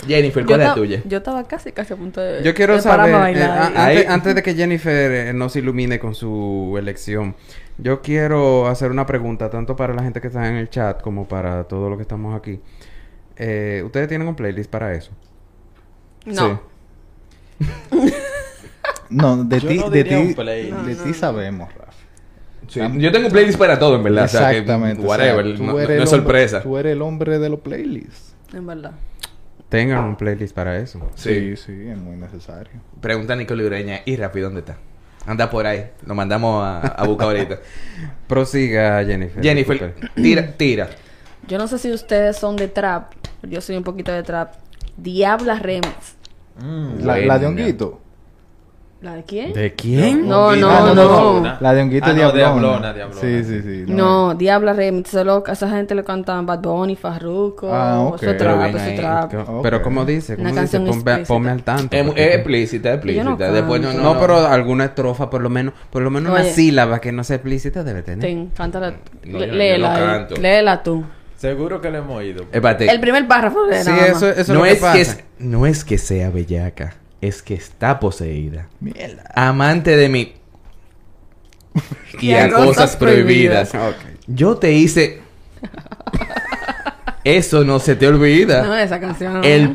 S1: Jennifer,
S6: Yo,
S1: ¿cuál es la
S6: ta-
S1: tuya?
S6: yo estaba casi, casi a punto de.
S2: Yo quiero
S6: de pararme
S2: saber,
S6: a
S2: eh,
S6: bailar.
S2: a-
S1: Ahí-
S2: antes, antes de que Jennifer eh, nos ilumine con su elección, yo quiero hacer una pregunta tanto para la gente que está en el chat como para todos los que estamos aquí. Eh, ¿Ustedes tienen un playlist para eso?
S6: no.
S1: Sí.
S5: No, de
S4: Yo
S5: ti,
S4: no
S5: de
S4: diría un
S5: ti,
S4: play.
S5: de ti sabemos, Rafa.
S1: Sí, Yo tengo un playlist para todo, en verdad. o sea, que
S5: Exactamente. o sea,
S1: whatever.
S5: tú
S1: no- no-
S5: eres
S1: no
S5: el
S1: es
S5: hombre-
S1: sorpresa.
S5: Tú eres el hombre de los playlists.
S6: En verdad.
S2: Tengan un playlist para eso.
S1: Sí.
S5: sí, es muy necesario.
S1: Pregunta a Nico Libreña. Y Rafi, ¿dónde está? Anda por ahí. Lo mandamos a, a buscar ahorita.
S2: Prosiga, Jennifer.
S1: Jennifer,
S2: disculpe.
S1: tira, tira.
S6: Yo no sé si ustedes son de trap. Yo soy un poquito de trap. Diabla Remix.
S4: Mm.
S5: La, la de
S1: Buena.
S5: Honguito.
S6: ¿La de quién?
S2: ¿De quién?
S6: No,
S4: Honguito,
S6: no,
S5: Ah,
S6: no.
S4: Diablona.
S5: La de Honguito
S4: Ah, no,
S5: Diablona.
S4: Diablona, Diablona.
S5: Sí, sí, sí.
S6: No, Diabla Remix. Eso lo- a esa gente le cantan Bad Bunny, Farruko.
S5: Ah, ok.
S6: Eso es
S1: Pero
S6: trap,
S1: ven
S6: eso
S1: ahí,
S6: es trap.
S2: Co-
S5: Ok.
S2: Pero como dice,
S6: Una
S2: como dice,
S6: canción
S2: ponme,
S6: explícita.
S2: ponme al
S1: <clears throat>
S2: tanto.
S1: Es, mu-
S2: porque-
S1: es Eh, explícita, es
S6: Yo no
S1: explícita. Después no,
S6: canto.
S1: no,
S2: no,
S1: no.
S2: pero alguna estrofa, por lo menos, por lo menos una
S6: Oye.
S2: sílaba que no sea explícita debe tener.
S6: Ten, cántala.
S1: No, yo-
S6: lé-
S1: yo no
S6: léela.
S1: canto.
S6: eh. Léela tú.
S4: Seguro que lo hemos oído.
S1: Espérate.
S6: El primer párrafo de
S2: Sí,
S6: nada más.
S2: eso, eso es
S1: no
S2: lo que
S1: es
S2: pasa.
S1: que es- no es que sea bellaca, es que está poseída.
S5: Mierda.
S1: Amante de
S6: <laughs>
S1: mi y a cosas prohibidas. Yo
S6: <laughs>
S1: te hice. Eso no se te olvida.
S6: No, esa canción.
S1: El